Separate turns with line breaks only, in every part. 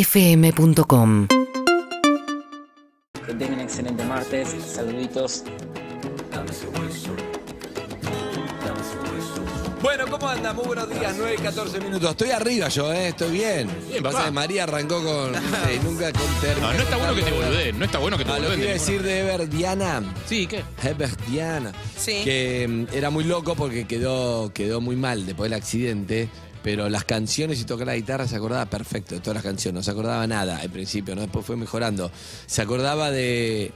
urbanaplayfm.com
Que tengan excelente martes. Saluditos.
Bueno, ¿cómo anda? Muy buenos días, 9 y 14 minutos. Estoy arriba yo, ¿eh? estoy bien.
Bien,
Pasa
pa.
que María arrancó con. eh, nunca con
No, no está bueno que te boludeen, no está bueno que te
No, Ah, lo que
boludeen.
iba a
de
decir
ninguna
de Ever Diana,
manera. Sí, ¿qué?
Ever Diana,
Sí.
que mm, era muy loco porque quedó, quedó muy mal después del accidente. Pero las canciones y tocar la guitarra se acordaba perfecto de todas las canciones. No se acordaba nada al principio, ¿no? Después fue mejorando. Se acordaba de,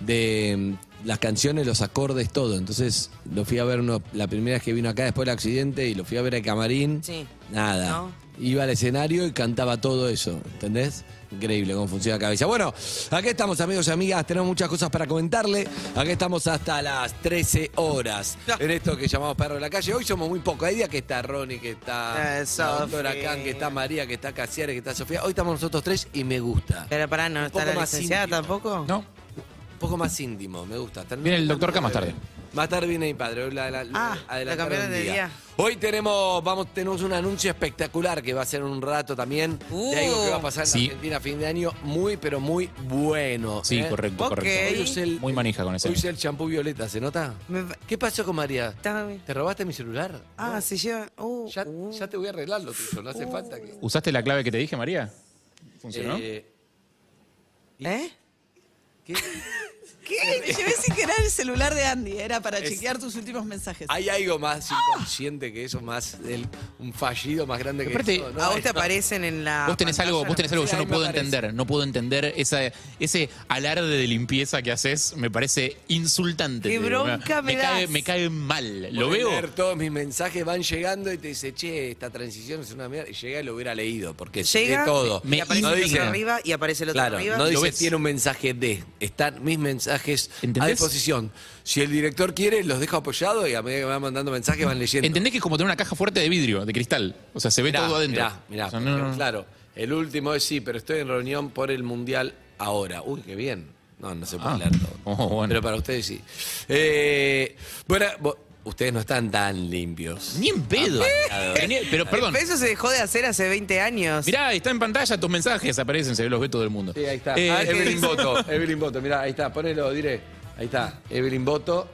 de mm, las canciones, los acordes, todo. Entonces lo fui a ver uno, la primera vez que vino acá después del accidente y lo fui a ver al camarín.
Sí.
Nada.
No.
Iba al escenario y cantaba todo eso, ¿entendés? Increíble cómo funciona la cabeza. Bueno, aquí estamos amigos y amigas, tenemos muchas cosas para comentarle. Aquí estamos hasta las 13 horas en esto que llamamos Perro de la Calle. Hoy somos muy pocos. Hay días que está Ronnie, que está
Eh,
la doctora
Sofi.
Can, que está María, que está Casiare, que está Sofía. Hoy estamos nosotros tres y me gusta.
Pero pará, ¿no
Un
está
poco
la
más
licenciada
íntimo.
tampoco?
No,
Un poco más íntimo, me gusta. Tan-
Viene el doctor K más tarde.
Más tarde viene mi padre. hoy La, la-
Ah,
adelantaron
la cambiaron
un
de día.
Hoy tenemos, vamos, tenemos un anuncio espectacular que va a ser en un rato también.
Uh.
de algo que va a pasar en
Sí.
Argentina a fin de año. Muy, pero muy bueno.
Sí,
¿eh?
correcto,
Ok.
Hoy
correcto.
usé el,
Muy manija con ese.
hoy usé el champú violeta, ¿se nota?
Me va-
¿Qué pasó con María?
está bien.
¿Te robaste mi celular?
Ah, se llevan. Uh,
Ya,
uh.
ya te voy a arreglar lo tuyo, no hace falta que.
¿Usaste la clave que te dije, María? ¿Funcionó?
Eh,
¿Eh?
¿qué?
¿Qué? Me llevé sin querer el celular de Andy. Era para chequear tus últimos mensajes.
Hay algo más inconsciente que eso, más el- un fallido más grande que
Aparte,
eso.
a vos te
Eso-
aparecen en la.
Vos tenés algo,
pantalla,
vos tenés algo, que
Sí,
yo
ahí
no
me
puedo
ah, aparece.
entender, no puedo entender esa, ese alarde de limpieza que haces, me parece insultante.
Qué
te digo,
bronca me
cae,
das.
me cae mal, lo
Podés
veo.
leer todos mis mensajes van llegando y te dice, che, esta transición es una mierda. Y llega y lo hubiera leído, porque se
Llega,
lee todo.
Me
y aparece el
indigna.
otro arriba y aparece el otro
Claro,
arriba.
no dice
ves.
tiene un mensaje de. Están mis mensajes a
¿Entendés?
disposición. Si el director quiere, los dejo apoyados y a medida que me van mandando mensajes van leyendo.
¿Entendés que es como tener una caja fuerte de vidrio, de cristal? O sea, se ve
Mirá,
todo adentro.
mirá, mirá,
O sea,
por
no, no,
ejemplo,
no.
Claro, el último es sí, pero estoy en reunión por el Mundial ahora. Uy, qué bien. No, no se puede
Ah.
leer todo.
Oh, bueno.
Pero para ustedes sí. Eh, bueno, bo- ustedes no están tan limpios.
Ni en pedo. Tenía- pero perdón.
Eso se dejó de hacer hace 20 años.
Mirá, está en pantalla, tus mensajes aparecen, se ve los ve todo el mundo.
Sí, ahí está.
Eh,
Ah, Evelyn
pensé-
Boto. Evelyn Boto, mirá, ahí está. Ponelo, diré. Ahí está. Evelyn Boto.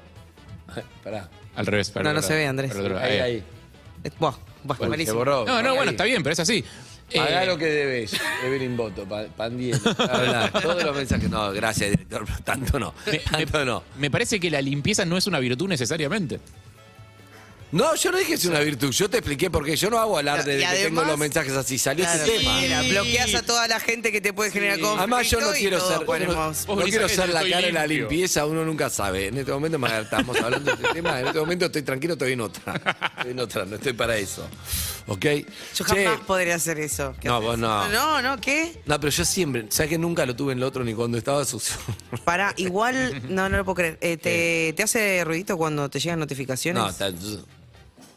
Pará.
Al revés, para
No,
el
no
otro-
se ve, Andrés.
para el otro-
Ahí,
ahí.
ahí.
Eh, Vos, vos,
Uy, se
malísimo.
borró.
No, no,
Ahí.
bueno, está bien, pero es así. Eh,
Pagá lo que debes, Evelyn Boto, pa- Pandiel. Habla, Todos los mensajes. No, gracias, director, pero tanto no.
me, me-
Tanto no.
me parece que la limpieza no es una virtud necesariamente.
No, yo no dije que es una virtud. Yo te expliqué por qué. Yo no hago alarde
Y
de que tengo
además-
los mensajes así. Salió
Claro,
ese tema.
mira, bloqueas a toda la gente que te puede generar conflicto.
Además, yo no
y
quiero
todos
ser, yo no,
ponemos-
no
Vos
quiero
pensás que
ser
yo
la
estoy
cara de la
limpio.
limpieza, uno nunca sabe. En este momento más estamos hablando de este tema, en este momento estoy tranquilo, estoy en otra. Estoy en otra, no estoy para eso. ¿Ok? Che,
Yo jamás podría hacer eso. ¿Qué
No,
haces?
vos no.
No, no, ¿qué?
No, pero yo siempre, ¿sabes que nunca lo tuve en el otro ni cuando estaba sucio?
Pará, igual, no, no lo puedo creer. Eh, te, ¿Te hace ruidito cuando te llegan notificaciones?
No, está-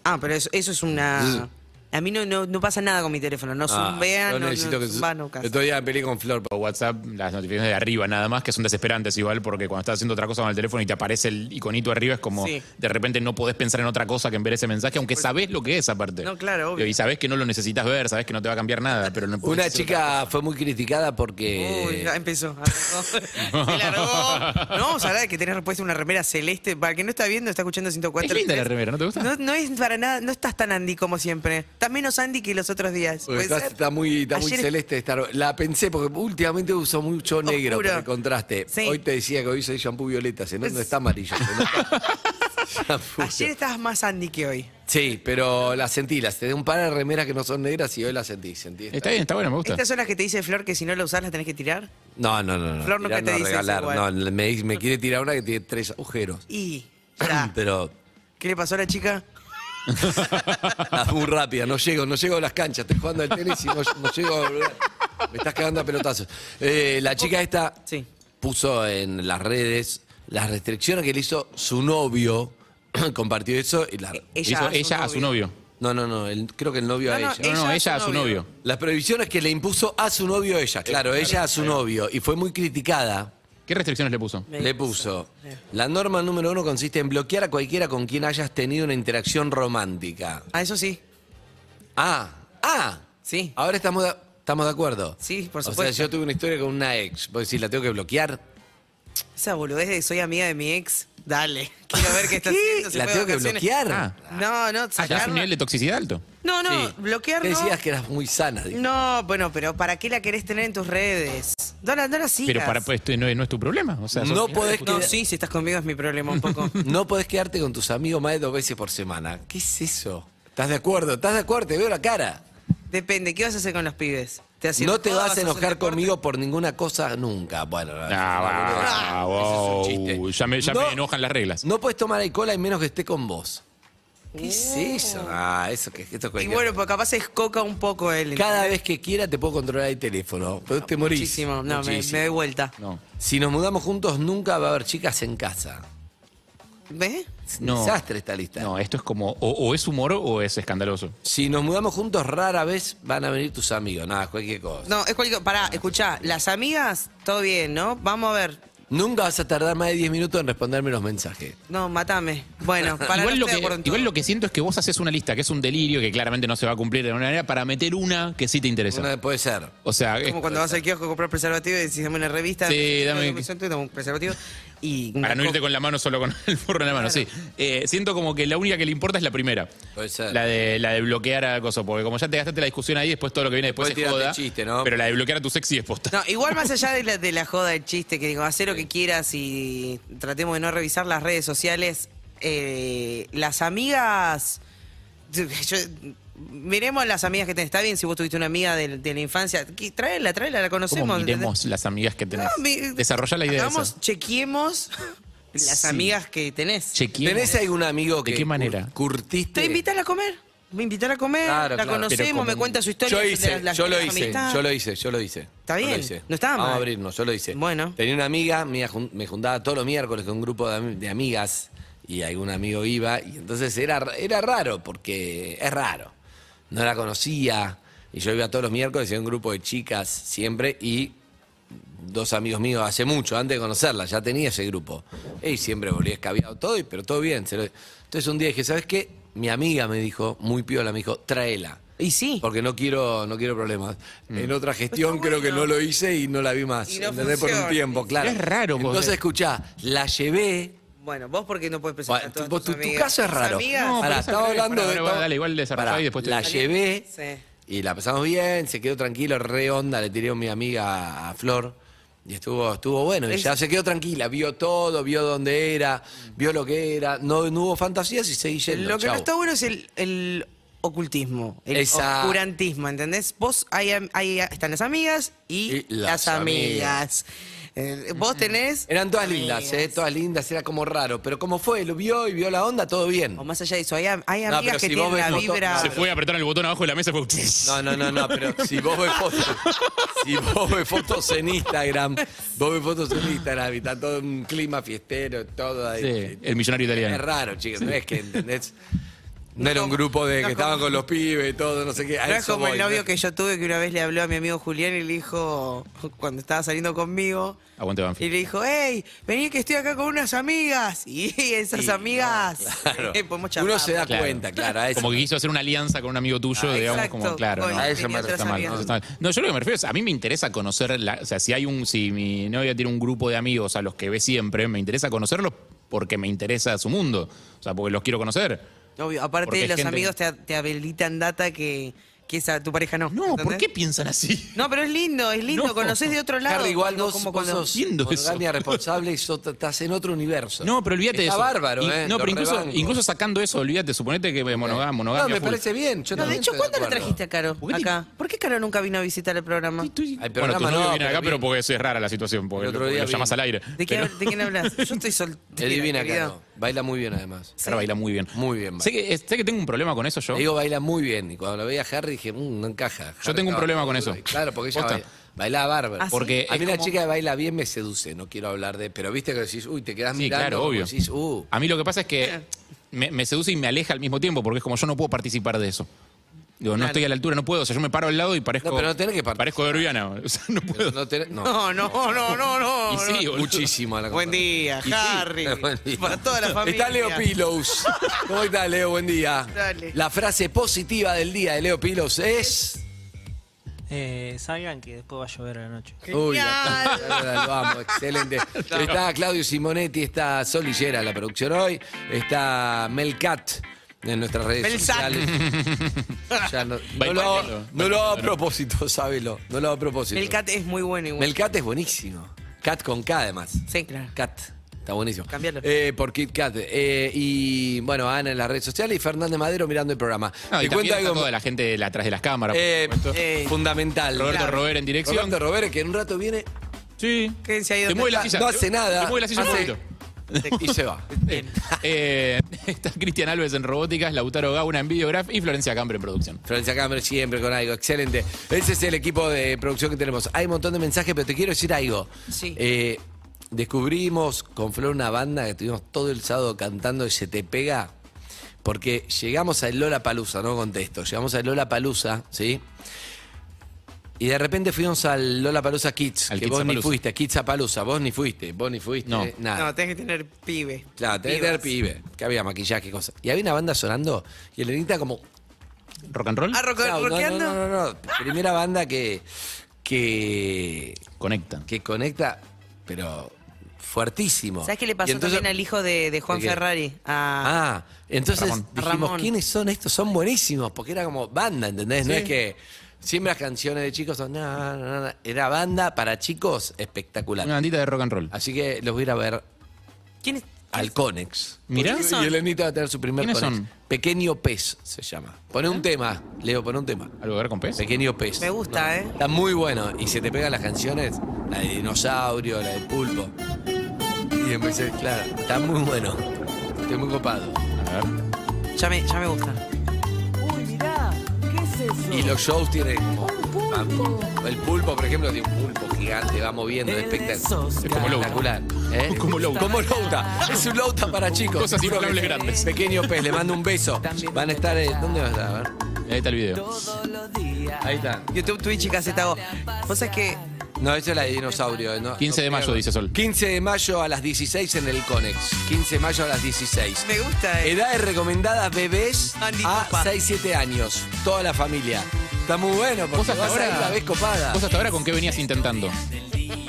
Ah, pero eso, eso es una. A mí no, no, no pasa nada con mi teléfono. No
Ah,
zumbean,
yo
no,
necesito
no
que
zumba, no casa.
El otro día me peleé con Flor.
O WhatsApp, las notificaciones de arriba nada más, que son desesperantes igual, porque cuando estás haciendo otra cosa con el teléfono y te aparece el iconito arriba, es como
Sí.
de repente no podés pensar en otra cosa que en ver ese mensaje, aunque sabés lo que es aparte.
No, claro, obvio.
Y sabés que no lo necesitas ver, sabés que no te va a cambiar nada, pero no podés
Una
hacer
chica fue muy criticada porque...
Uy, ya empezó. arrancó. Se largó. No, vamos a hablar de que tenés respuesta una remera celeste. Para el que no está viendo, está escuchando 104.
Es linda la remera, ¿no te gusta?
No, no es para nada, no estás tan Andy como siempre. Estás menos Andy que los otros días.
Porque
¿Puede
está,
ser?
está muy, está muy
Ayer-
celeste estar. La pensé porque últimamente uso mucho negro
Oscuro.
por el contraste.
Sí.
Hoy te decía que hoy soy shampoo violeta, se no, no
Es-
está amarillo. se nota. Shampoo.
Ayer estabas más Andy que hoy.
Sí, pero las sentí, las tenés un par de remeras que no son negras y hoy las sentí. sentí esta-
Está bien, está bueno, me gusta.
Estas son las que te dice Flor que si no la usás las tenés que tirar.
No, no, no, no.
Flor nunca
tirá,
te
no,
dice eso
regalar.
igual.
No, me, me quiere tirar una que tiene tres agujeros.
Y. ya.
Pero
¿Qué le pasó a la chica?
Ah, muy rápida, no llego, no llego a las canchas, estoy jugando al tenis y no, no llego a volver. Me estás cagando a pelotazos. Eh, la chica esta
Sí.
puso en las redes las restricciones que le hizo su novio. Compartió eso y
Eh,
la.
Hizo Ella, a su novio.
No, no, no, el- creo que el novio a
No, eh. no,
ella.
No, no, ella a su novio.
Las prohibiciones que le impuso a su novio
Eh,
ella, claro, ella a su novio. Y fue muy criticada.
¿Qué restricciones le puso?
Me Eh.
Le
puso.
puso. La norma número uno consiste en bloquear a cualquiera con quien hayas tenido una interacción romántica.
Ah, eso sí.
Ah, ah.
Sí.
Ahora estamos, de- ¿Estamos de acuerdo?
Sí, por
O
supuesto.
sea, yo tuve una historia con una ex. Vos decís, ¿la tengo que bloquear?
Esa boludez de soy amiga de mi ex, dale. Quiero ver qué está haciendo. se
¿La
fue de
tengo que
vacaciones.
bloquear?
Ah.
No, no,
Ah, ya es un
sacarla.
nivel de toxicidad alto.
No, no,
Sí.
bloquear
Te
no.
decías que eras muy sana. dijo.
No, bueno, pero ¿para qué la querés tener en tus redes? No la, no la sigas.
Pero para, pues, no, es- no es tu problema. O sea, sos-
No podés
No,
quedar-
sí, si estás conmigo es mi problema un poco.
No podés quedarte con tus amigos más de dos veces por semana. ¿Qué es eso? ¿Estás de acuerdo? ¿Estás de acuerdo? Te veo la cara.
Depende, ¿qué vas a hacer con los pibes? ¿Te haces-
no te
ah,
vas a
hacer
enojar
deporte?
conmigo por ninguna cosa nunca. Bueno, no,
Ah,
eso
wow,
es un chiste.
ya me, ya me
No.
enojan las reglas.
No puedes tomar alcohol a menos que esté con vos. ¿Qué es eso? Ah, eso que esto es
Y
cualquier-
bueno, pues capaz es coca un poco él.
Cada vez que quiera te puedo controlar el teléfono. Pero te morís.
Muchísimo, no, me-
Muchísimo.
Me, doy vuelta.
No.
Si nos mudamos juntos, nunca va a haber chicas en casa.
¿Ves?
Es un
No.
desastre esta lista.
No, esto es como, o, o es humor o es escandaloso.
Si nos mudamos juntos, rara vez van a venir tus amigos. Nada, cualquier cosa.
No, es cualquier. Pará, escuchá, las amigas, todo bien, ¿no? Vamos a ver.
Nunca vas a tardar más de 10 minutos en responderme los mensajes.
No, matame. Bueno, para
igual,
no
lo
estoy de
que,
acuerdo en
igual
todo.
lo que siento es que vos haces una lista que es un delirio que claramente no se va a cumplir de alguna manera para meter una que sí te interesa.
Una- puede ser.
O sea, es-
Como cuando vas al kiosco a comprar preservativo y decís, dame una revista.
Sí,
me-
dame-
me siento y tomo un preservativo. Y una
para no irte
coca.
con la mano solo con el forro en la mano, sí. Eh, siento como que la única que le importa es la primera.
Puede ser.
La de, la de bloquear a cosas, porque como ya te gastaste la discusión ahí, después todo lo que viene después
Puede
es
tirarte
joda.
chiste, ¿no?
Pero la de bloquear a tu sexy es posta.
No, igual más allá de la, de la joda del chiste, que digo, hacer lo que quieras y tratemos de no revisar las redes sociales. eh, las amigas. yo- miremos las amigas que tenés. Está bien si vos tuviste una amiga de, de la infancia. que- Tráela, tráela, la
¿Cómo
conocemos. ¿entendés?
miremos las amigas que tenés?
No, mi-
Desarrolla la idea de
Hagamos,
eso.
chequeemos las
Sí.
amigas que tenés.
Chequeemos.
¿Tenés algún amigo que
qué manera?
cur- curtiste?
Te invitan a comer. Me invitan a comer,
eh. Claro,
la
claro.
Pero
conocemos,
como-
me cuenta su historia.
Yo
de
hice,
las- las
yo lo
primeras
hice,
amistades.
yo lo hice, yo lo hice.
Está
Yo
bien,
lo hice.
no estaba
Vamos a
mal.
abrirnos, yo lo hice.
Bueno.
Tenía una amiga, mía, jun- me juntaba todos los miércoles con un grupo de, ami- de amigas y algún amigo iba. Y entonces era, r- era raro, porque es raro. No la conocía. Y yo iba todos los miércoles y era un grupo de chicas siempre y dos amigos míos hace mucho, antes de conocerla, ya tenía ese grupo. Y siempre volví escabiado todo, y- pero todo bien. se lo- Entonces un día dije, ¿sabes qué? Mi amiga me dijo, muy piola, me dijo, tráela.
Y sí.
Porque no quiero, no quiero problemas.
Mm.
En otra gestión creo que no lo hice y no la vi más.
Pues Y no
¿entendés? Por un
funciona.
tiempo, claro.
Es raro, porque-
Entonces, escuchá, la llevé.
Bueno, vos porque no puedes presentar a
Bueno,
todas
vos- tu,
tus
tu
amigas?
caso es
¿Tus
raro.
amigas?
No,
Pará,
pero es al
estaba
revés,
hablando
pará,
de.
pará, dale, igual desarrollá
Pará,
y después te-
La llevé.
Sí.
Y la pasamos bien, se quedó tranquilo, re onda, le tiré a mi amiga a Flor. Y estuvo, estuvo bueno, y
Es-
ya se quedó tranquila, vio todo, vio dónde era, vio lo que era, no, no hubo fantasías y seguí yendo.
Lo que
chau.
no está bueno es el, el ocultismo, el
Esa-
oscurantismo, ¿entendés? Vos, ahí, ahí están las amigas y,
Y las
las amigas. Eh, Vos tenés...
Eran todas
amigas.
lindas, ¿eh? todas lindas, era como raro, pero como fue, lo vio y vio la onda, todo bien.
O más allá de eso, hay, am- hay
No,
amigas
pero
que
si vos
tienen la
ves foto-
vibra...
no,
Se
pero-
fue, apretaron el botón abajo de la mesa y fue.
No, no, no, no, pero si vos ves fotos, si vos ves fotos en Instagram, vos ves fotos en Instagram y está todo un clima fiestero, todo ahí.
Sí, el millonario italiano.
Es raro, chicos, no es que, ¿entendés? No era un grupo de
No
que
es como-
estaban con los pibes y todo, no sé qué. a
No es
eso
como el
voy,
novio
¿no?
que yo tuve que una vez le habló a mi amigo Julián y le dijo, cuando estaba saliendo conmigo,
Aguante,
y
Banfield.
le dijo, hey, vení que estoy acá con unas amigas. Y esas
Sí, no,
amigas,
claro.
eh, podemos charlar.
Uno se da
Claro.
cuenta, claro. a eso.
Como que quiso hacer una alianza con un amigo tuyo,
Ah,
digamos,
exacto,
como claro.
con-
no,
a
eso me
eso está
refiero,
mal,
¿no?
eso está mal. No, yo lo que me refiero es, a mí me interesa conocer, la- o sea, si hay un, si mi novia tiene un grupo de amigos a los que ve siempre, me interesa conocerlos porque me interesa su mundo, o sea, porque los quiero conocer.
Obvio, aparte
Porque
de
hay
los
gente
amigos te, te habilitan data que, que esa, tu pareja no.
No, ¿por
¿entendés?
qué piensan así?
No, pero es lindo, es lindo,
No.
conocés de otro lado.
Harry, igual
cuando-
vos,
como
vos
cuando-
sos
Entiendo eso.
monogamia responsable y sos- estás en otro universo.
No, pero olvídate de
Está
eso.
bárbaro,
Y-
¿eh?
No,
Lo
pero incluso,
rebanco.
incluso sacando eso, olvídate, suponete que monogamia, monogamia.
No, me
full.
parece bien. Yo
No, de
también
hecho,
estoy
¿cuándo le
acuerdo.
trajiste a Caro
¿Por qué te-
acá? ¿Por qué Caro nunca vino a visitar el programa?
Ay, pero
Bueno, tu
Rama,
novio
no,
viene acá,
pero
pero
vi-
porque es rara la situación, porque,
El otro
porque
día
lo
vi-
llamas al aire.
¿De, qué,
pero-
¿De quién hablas? Yo estoy soltera.
Es divina,
querido.
Caro. Baila muy bien, además.
Cara, baila muy bien.
Muy bien,
Sé que, sé que tengo un problema con eso yo.
Le digo, baila muy bien. Y cuando lo veía a Harry dije, "Mm, no encaja. Harry
tengo un
estaba
problema
todo
con
duro".
eso.
Claro, porque ella
Posta.
baila, bailaba bárbaro.
¿Ah, sí?
Porque
a mí
es
la
como-
chica que baila bien me seduce, no quiero hablar de... Pero viste que decís, uy, te quedás
Sí,
mirando.
claro,
como
obvio.
"Ah, Decís, uh,
A mí lo que pasa es que me, me seduce y me aleja al mismo tiempo, porque es como yo no puedo participar de eso. Digo, no estoy a la altura, no puedo. O sea, yo me paro al lado y parezco.
No, pero no tenés que participar.
Parezco de Rubiana. O sea, no puedo.
no te- no.
No, no, no, no, no.
Y sí,
no.
boludo.
Muchísimo a la
Buen día,
compañía. Y sí,
Harry.
buen día.
Para toda la familia.
Está Leo Pilos. ¿Cómo está, Leo? Buen día.
Dale.
La frase positiva del día de Leo Pilos es...
Eh, salgan que después va a llover a la noche.
Uy, la-
Genial.
la- lo amo, excelente. Está Claudio Simonetti, está Sol Lillera en la producción hoy, está Melcat en nuestras redes
Melzat.
sociales. Ya no, no lo,
Baipañalo.
hago- no lo hago a propósito, sábelo. No lo hago a propósito.
Melcat es muy bueno igual.
Melcat es buenísimo. Cat con K además.
Sí, claro.
Cat. Está buenísimo.
Cambialo.
Eh, por Kit Kat. Eh, y bueno, Ana en las redes sociales y Fernández Madero mirando el programa.
No, y
Te
también
cuento
está
algo.
toda la gente de la- atrás de las cámaras. por
eh,
supuesto.
Eh,
fundamental.
Roberto
claro.
Robert en dirección.
Roberto Robert, que en un rato viene,
Sí.
eh.
Quédense ahí
Te
donde
mueve la
está.
silla.
No
te-
hace nada.
Te mueve la silla un
Hace-
poquito.
y se va.
Eh, está Cristian Alves en robóticas, Lautaro Gauna en videograf y Florencia Cambre en producción.
Florencia Cambre siempre con algo, excelente. Ese es el equipo de producción que tenemos. Hay un montón de mensajes, pero te quiero decir algo.
Sí.
Eh, descubrimos con Flor una banda que tuvimos todo el sábado cantando y se te pega. Porque llegamos a Lola Palusa, no contesto. Llegamos a Lola Palusa, ¿sí? Y de repente fuimos al Lola Palusa Kids,
Al
que vos ni
Kidsapalooza.
fuiste, Kids Palusa, vos ni fuiste, vos ni fuiste,
No.
eh, nada.
No, tenés que tener pibe.
claro, tenés que tener
Pibas.
pibe, que había maquillaje y cosas. Y había una banda sonando y el nenita como
¿Rock and roll?
Ah, roco-
Claro, no,
roqueando.
No, no, no, no. Primera banda que, que,
Conectan.
que conecta, pero fuertísimo.
¿Sabes qué
Y
le pasó
entonces-
también al hijo de, de Juan
¿De qué?
Ferrari? A-
Ah, entonces
Ramón.
dijimos,
Ramón.
¿quiénes son estos? Son buenísimos, porque era como banda, ¿entendés? No es que siempre las canciones de chicos son... na, na, na, na. Era banda para chicos espectacular.
Una bandita de rock and roll.
Así que los voy a ir a ver Ah.
¿Quién es?
al Conex.
Mirá.
Y- Y Elenita va a tener su primer
¿Quiénes
Conex.
son?
Pequeño Pez se llama. Pone un tema, Leo, pone un tema.
¿Algo que ver con pez?
Pequeño Pez.
¿Eh? Me gusta, ¿eh?
Está muy bueno. Y se te pegan las canciones, la de dinosaurio, la de pulpo. Y empecé, claro, está muy bueno. Estoy muy copado.
A ver.
¿eh? Ya me, ya me gusta.
Y los shows tienen como. va- El pulpo, por ejemplo, tiene un pulpo gigante, va moviendo, es espectacular.
Es como Louta.
espectacular. ¿eh?
Como Louta.
Como Louta. Es un Louta para chicos.
Cosas
seguro que
inflables
sí.
grandes.
Pequeño pez, le mando un beso. Van a estar. eh, ¿Dónde vas a estar? A ver.
Ahí está el video.
Ahí está.
YouTube, Twitch y Caseta O. Vos sabés que
No, esa es la de dinosaurio. ¿no?
15 de
No,
mayo,
pierdo.
dice Sol.
15 de mayo a las 16 en el Conex. 15 de mayo a las 16.
me gusta, ¿eh?
Edades recomendadas bebés
Andy
a
Copa.
6-7 años. Toda la familia. Está muy bueno
¿Vos
porque
hasta,
vas a ir
ahora,
la vez copada.
¿Vos hasta ahora con qué venías intentando?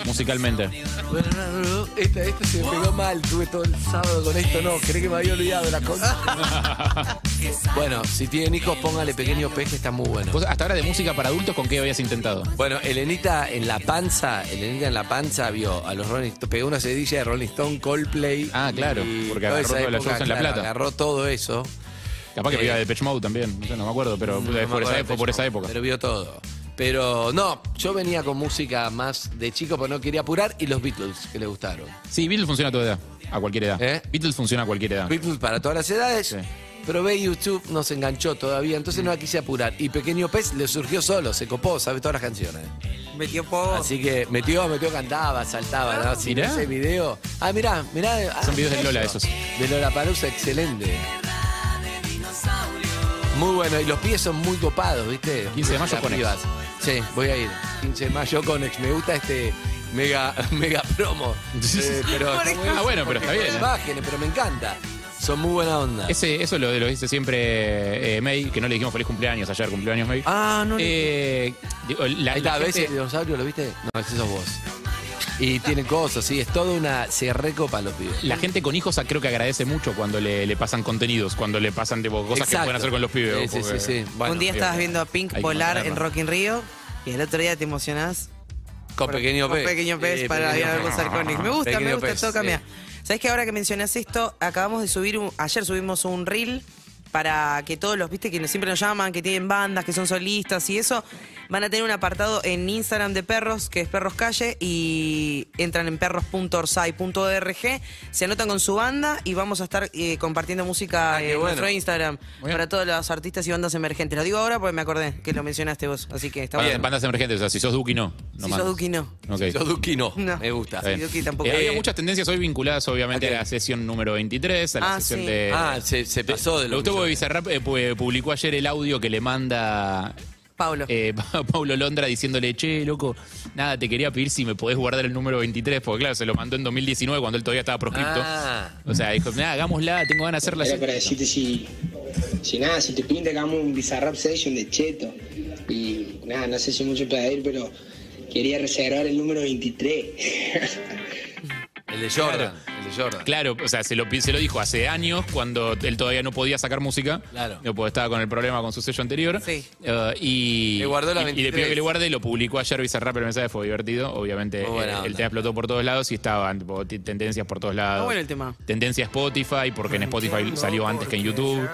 Musicalmente.
Bueno, no, no, no. Esta, esta se me pegó mal. Tuve todo el sábado con esto. No, creí que me había olvidado la cosa. bueno, si tienen hijos, póngale pequeños pez que está muy bueno.
¿Vos hasta ahora de música para adultos con qué habías intentado?
Bueno, Elenita en la panza, Elenita en la panza vio a los Rolling Stones, pegó una sedilla de Rolling Stone, Coldplay.
Ah, claro, porque
toda
agarró
esa
todos los shows en La Plata.
Agarró todo eso.
Capaz que
Eh.
veía de Depeche Mode también. No, sé, no me acuerdo,
No
pero fue,
me
por
acuerdo
esa,
de
fue por esa
fecha,
época.
Pero vio todo. Pero no, yo venía con música más de chico, pero no quería apurar, y los Beatles, que le gustaron.
Sí, Beatles funciona a toda edad. A cualquier edad.
¿Eh?
Beatles funciona a cualquier edad.
Beatles para todas las edades.
Sí.
Probé YouTube, nos enganchó todavía, entonces no la quise apurar. Y Pequeño Pez le surgió solo, se copó, sabe todas las canciones.
Metió poco.
Así que metió, metió, cantaba, saltaba, ¿no? Si
Mirá.
no ese video. Ah, mirá, mirá. ah,
Son videos de
mirá
Lola
eso.
esos.
De Lola Palusa, excelente. Muy bueno, y los pies son muy copados, ¿viste?
15 de mayo
Las
Conex.
pibas. Sí, voy a ir. 15 de mayo Conex. Me gusta este mega, mega promo. Eh, pero está muy-
Ah, bueno, pero está bien.
Con
¿eh?
Imágenes, pero me encanta. Son muy buena onda.
Ese, eso lo, lo dice siempre eh, May, que no le dijimos feliz cumpleaños ayer, cumpleaños May.
Ah, no. no.
Eh, digo, la,
Ahí
la
está, ¿ves el
gente-
dinosaurio? ¿Lo viste? No, ese sos vos. Y tiene cosas, sí, es toda una. Se recopan los pibes.
la gente con hijos ah, creo que agradece mucho cuando le, le pasan contenidos, cuando le pasan tipo, cosas que
Exacto.
pueden hacer con los pibes.
Sí, sí,
porque-
sí, sí. Bueno,
Un día
digo,
estabas viendo a Pink
hay que
Polar en
mantenerla.
Rock in Rio y el otro día te emocionás
Con pequeño
con
pez.
Pequeño Pez
Eh,
para ir
Pequeño
a ver
Pez.
los Arconics. Me gusta, me
Pequeño
gusta,
Pez,
todo cambia.
sí.
¿Sabés que ahora que mencionás esto, acabamos de subir, un- ayer subimos un reel para que todos los, viste, que siempre nos llaman, que tienen bandas, que son solistas y eso, van a tener un apartado en Instagram de perros, que es Perros Calle, y entran en perros.orsay.org, se anotan con su banda y vamos a estar eh, compartiendo música
Ah, qué
en
bueno.
nuestro Instagram
bien.
para todos los artistas y bandas emergentes. Lo digo ahora porque me acordé que lo mencionaste vos, así que está
Bandas-
bueno.
Bandas emergentes, o sea, si sos Duki no. no
Si
mandas.
sos Duki, no.
Ok.
Yo Duki no,
No.
me gusta.
Está bien.
Sí, Duki tampoco.
Eh, había
Eh,
muchas tendencias hoy vinculadas, obviamente,
¿a qué?
a la sesión número 23, a la
Ah,
sesión
sí.
de.
Ah, se, se pasó de
Lo
lo
Gustavo
que-
de Bizarrap eh, pu- publicó ayer el audio que le manda
Pablo.
eh, Pa- Paulo Londra diciéndole, che, loco, nada, te quería pedir si me podés guardar el número 23, porque claro, se lo mandó en 2019 cuando él todavía estaba proscripto.
Ah.
O sea, dijo, nada, hagámosla, tengo ganas de hacerla.
Era para decirte si, si nada, si te pinta que hagamos un Bizarrap Session de Cheto. Y nada, no sé si es mucho pedir, pero quería reservar el número 23.
El de Jordan. El de Jordan.
Claro, o sea, se lo, pi- se lo dijo hace años cuando él todavía no podía sacar música.
Claro.
No, porque estaba con el problema con su sello anterior.
Sí.
Eh, y,
Le guardó la
y- y, le
23.
pidió que le guarde, lo publicó ayer Bizarrap, pero el mensaje fue divertido. Obviamente
Muy buena
eh, el
onda.
tema explotó por todos lados y estaban tipo, t- tendencias por todos lados.
Está bueno el tema.
Tendencia Spotify, porque en Spotify salió antes que en YouTube.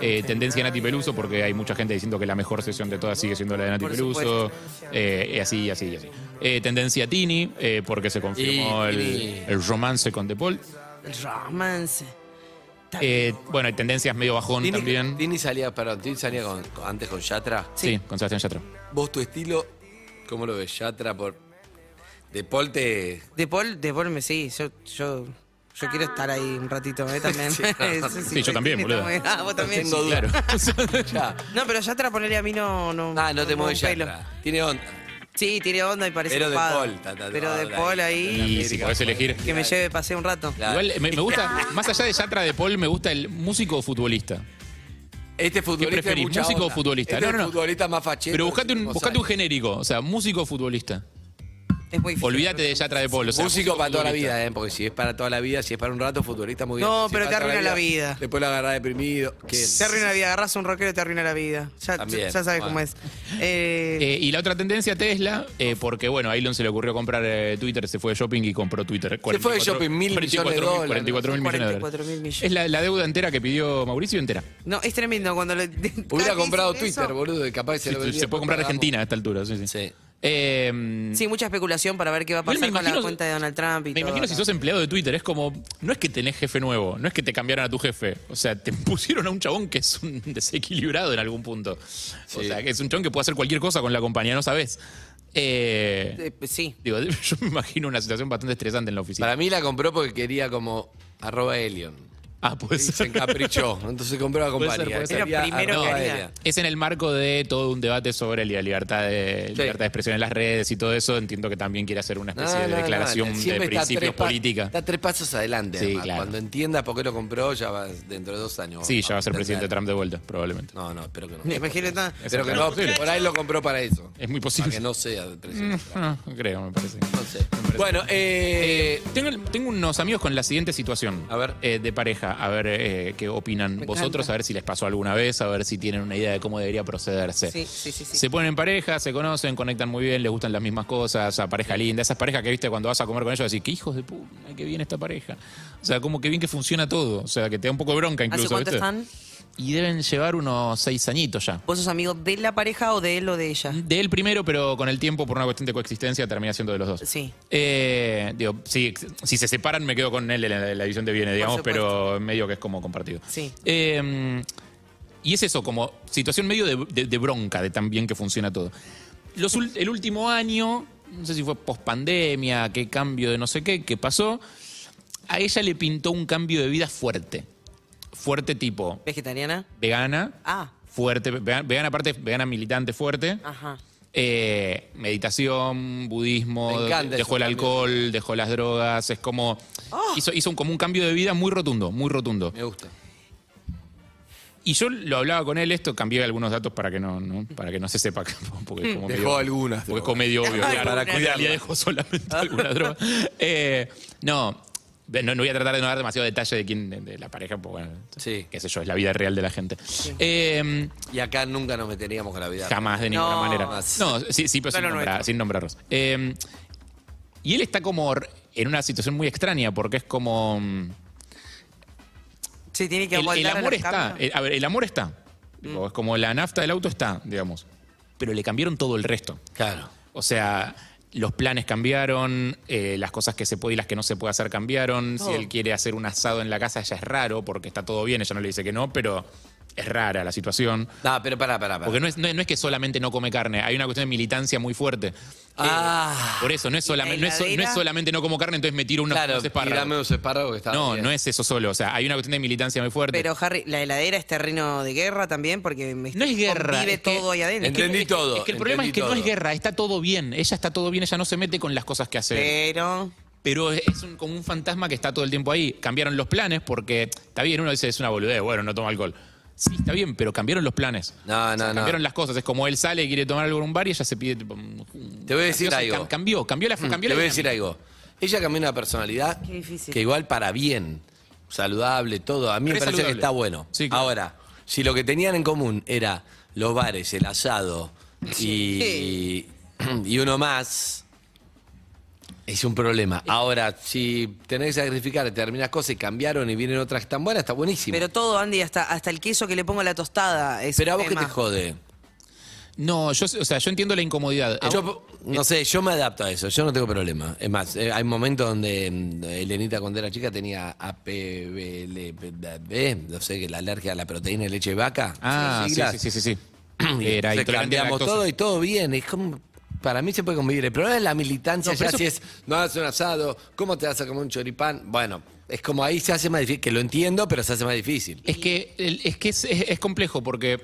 Eh, tendencia Nati Peluso, porque hay mucha gente diciendo que la mejor sesión de todas sigue siendo la de Nati
Por
Peluso. Eh, y así, y así, y así. Eh, tendencia Tini, eh, porque se confirmó
Y
el,
Tini.
el romance con De Paul.
El romance.
Eh, bueno, hay tendencias medio bajón
Tini,
también.
Tini salía, perdón, Tini salía con- con- antes con Yatra.
sí. con Sebastián Yatra.
Vos tu estilo, ¿cómo lo ves? Yatra por. De Paul te.
De Paul, de Paul me sí, yo, yo, yo quiero estar ahí un ratito, ¿eh? También.
Sí,
Sí, yo también, boludo.
está muy- Ah, vos también.
Tengo duda. Ya.
No, pero Yatra, ponele a mí no. no
Ah, no te
no
mueves
un pelo.
Yatra. Tiene onda.
Sí, tiene onda y parece
Pero de
copado.
Paul, ta, ta, ta,
Pero de
ahora
Paul
Y
ahí,
América,
si podés elegir.
que me lleve, pasé un rato.
Claro.
Igual eh, me, me gusta, más allá de Yatra de Paul, me gusta el músico o futbolista.
Este futbolista. es
preferís,
mucha
músico o
onda.
futbolista?
Este
No,
es
no, no.
futbolista más fachero.
Pero buscate un,
Vos
buscate un
sabés.
genérico, o sea, músico o futbolista.
Es muy difícil.
Olvídate de Yatra de Paul. O sea,
músico para toda la
futbolista.
vida, ¿eh? porque si es para toda la vida, si es para un rato, futbolista muy bien.
No,
Si
pero
es
te
para toda
arruina la vida.
Después lo agarrás deprimido. ¿Quién?
Te arruina la vida, agarras un rockero y te arruina la vida. Ya,
También,
ya sabes
bueno.
cómo es. Eh,
Eh, y la otra tendencia, Tesla, eh, porque bueno, a Elon se le ocurrió comprar eh, Twitter, se fue de shopping y compró Twitter.
fue de shopping, mil millones de dólares.
44 mil millones de
44
dólares.
mil millones.
Es la, la deuda entera que pidió Mauricio entera.
no, es tremendo cuando lo.
Hubiera comprado
dicen eso.
Twitter, boludo, y capaz que se
Sí,
lo
se,
vendía.
puede comprar Argentina a esta altura, sí, sí.
Sí.
Eh,
Sí, mucha especulación para ver qué va a
Igual
pasar
me
con la
imagino-
cuenta de Donald Trump y
Me
todo,
imagino si
¿no?
sos empleado de Twitter, es como, no es que tenés jefe nuevo, no es que te cambiaron a tu jefe, o sea, te pusieron a un chabón que es un desequilibrado en algún punto. O sea, que es un chabón que puede hacer cualquier cosa con la compañía, no sabes.
Eh, pues sí.
digo, yo me imagino una situación bastante estresante en la oficina.
Para mí la compró porque quería como arroba Elion.
ah, pues
Se encaprichó. Entonces compró la
Puede
compañía.
ser, puede ser.
Quería
Era primero
arroba
que haría.
Elion.
Es en el marco de todo un debate sobre la libertad de,
Sí.
libertad de expresión en las redes y todo eso. Entiendo que también quiere hacer una
No,
especie
no,
de
no,
declaración
siempre
de
está tres
principios
pa-
política.
Está tres pasos adelante.
Sí,
además.
claro.
Cuando entiendas por qué lo compró, ya va dentro de dos años.
Sí, ya va a ser presidente
entender.
Trump de vuelta, probablemente.
No, no, espero que no.
Me imagino tan-
Espero que
Es
no.
posible.
Por ahí lo compró para eso.
Es muy
Para
posible.
que no sea de tres años.
No, no creo, me parece.
No sé. Bueno, eh,
Tengo, tengo unos amigos con la siguiente situación.
A ver.
Eh, de pareja, a ver eh, qué opinan vosotros, a ver si les pasó alguna vez, a ver si tienen una idea de cómo debería procederse.
Sí, sí, sí, sí.
Se ponen en pareja, se conocen, conectan muy bien, les gustan las mismas cosas, a pareja linda. Esas parejas que viste cuando vas a comer con ellos, decís, qué hijos de puta, qué bien esta pareja. O sea, como que bien que funciona todo. O sea, que te da un poco de bronca incluso.
¿Hace cuánto
¿viste?
están?
Y deben llevar unos seis añitos ya.
¿Vos sos amigo de la pareja o de él o de ella?
Mm.
De él primero, pero con el tiempo, por una cuestión de coexistencia, termina siendo de los dos.
Sí.
Eh, digo, sí, si se separan, me quedo con él en la, en la edición de viene, digamos, pero medio que es como compartido.
Sí.
Eh, y es eso, como situación medio de, de- de bronca, de tan bien que funciona todo. Los ul- el último año, no sé si fue post pandemia, qué cambio de no sé qué, que pasó, a ella le pintó un cambio de vida fuerte. Fuerte tipo
¿Vegetariana?
vegana,
Ah.
fuerte, vegana, vegana aparte, vegana militante fuerte.
Ajá.
Eh, meditación, budismo,
Me encanta
dejó el
eso Ah.
alcohol, dejó las drogas, es como... Hizo, hizo un- como un cambio de vida muy rotundo, muy rotundo.
me gusta.
Y yo lo hablaba con él esto, cambié algunos datos para que no, no- para que no se sepa, porque es como
Dejó
medio-
algunas
Porque es
drogas.
como medio obvio.
Dejó
claro,
algunas.
en realidad dejó solamente algunas drogas. Eh, no, no, no voy a tratar de no dar demasiado detalle de quién, de, de la pareja, porque bueno,
Sí.
qué sé yo, es la vida real de la gente. Eh,
Y acá nunca nos meteríamos con la vida.
Jamás, de ninguna
No.
manera. No, sí, sí, pero
No,
sin,
no, no,
nombrar-
no.
sin nombrarlos. Eh, y él está como r- en una situación muy extraña porque es como... mm,
Sí, tiene que
El, el
aguantar a
amor
los
eh,
está.
cambios. Mm.
el- a ver, el amor está. Digo, Es como la nafta del auto está, digamos. Pero le cambiaron todo el resto.
Claro.
O sea, los planes cambiaron, eh, las cosas que se puede y las que no se puede hacer cambiaron.
Oh.
Si él quiere hacer un asado en la casa, ya es raro porque está todo bien, ella no le dice que no, pero es rara la situación.
No, pero pará, pará, pará.
Porque no es, no, es- no es que solamente no come carne, hay una cuestión de militancia muy fuerte.
Ah.
Por eso, no es,
¿Y la
solamente no, es, so- no es
heladera?
solamente no como carne, entonces me tiro unos,
claro,
unos espárragos.
tirame unos espárragos que estaban
No,
bien.
no es eso solo. O sea, hay una cuestión de militancia muy fuerte.
Pero Harry, la heladera es terreno de guerra también porque me-
No es guerra,
convive
es que-
todo ahí adentro.
Entendí
Es que-
todo.
Es que el problema es
entendí
que no es
todo.
guerra, está todo bien. Ella está todo bien, ella no se mete con las cosas que hace.
Pero
Pero es es un- como un fantasma que está todo el tiempo ahí. Cambiaron los planes porque, está bien, uno dice es una boludez, bueno, no toma alcohol. Sí, está bien, pero cambiaron los planes.
No, Ah, no, no.
Cambiaron las cosas. Es como él sale y quiere tomar algo en un bar y ella se pide. tipo, mm, un-
Te voy a decir
cambió,
algo. Mm,
cam- Cambió, cambió la. Cambió
Te
la
voy a decir
dinámica.
algo. Ella cambió una personalidad
Qué difícil.
que igual para bien, saludable, todo. A mí me
Re
parece que
saludable.
está bueno.
Sí, claro.
Ahora, si lo que tenían en común era los bares, el asado y, y uno más, es un problema. Ahora, si tenés que sacrificar determinadas cosas y cambiaron y vienen otras que están buenas, está buenísimo.
Pero todo, Andy, hasta, hasta el queso que le pongo a la tostada. Es
Pero a
un
vos que
tema.
te jode.
No, yo, o sea, yo entiendo la incomodidad. A vos-
Yo, no sé, yo me adapto a eso, yo no tengo problema. Es más, eh, hay momentos donde mm, Elenita cuando era chica tenía APVLB, no sé, que la alergia a la proteína de leche de vaca.
Ah,
Sus
sí,
siglas.
sí, sí, sí. sí.
Y
Era
entonces
intolerante a la
cambiamos
lactosa.
todo y todo bien. Es como, para mí se puede convivir. El problema es la militancia,
No, pero
ya
eso-
si es, no haces un asado, ¿cómo te vas a comer un choripán? Bueno, es como ahí se hace más difícil, que lo entiendo, pero se hace más difícil.
Es que, el- es, que es, es- es complejo porque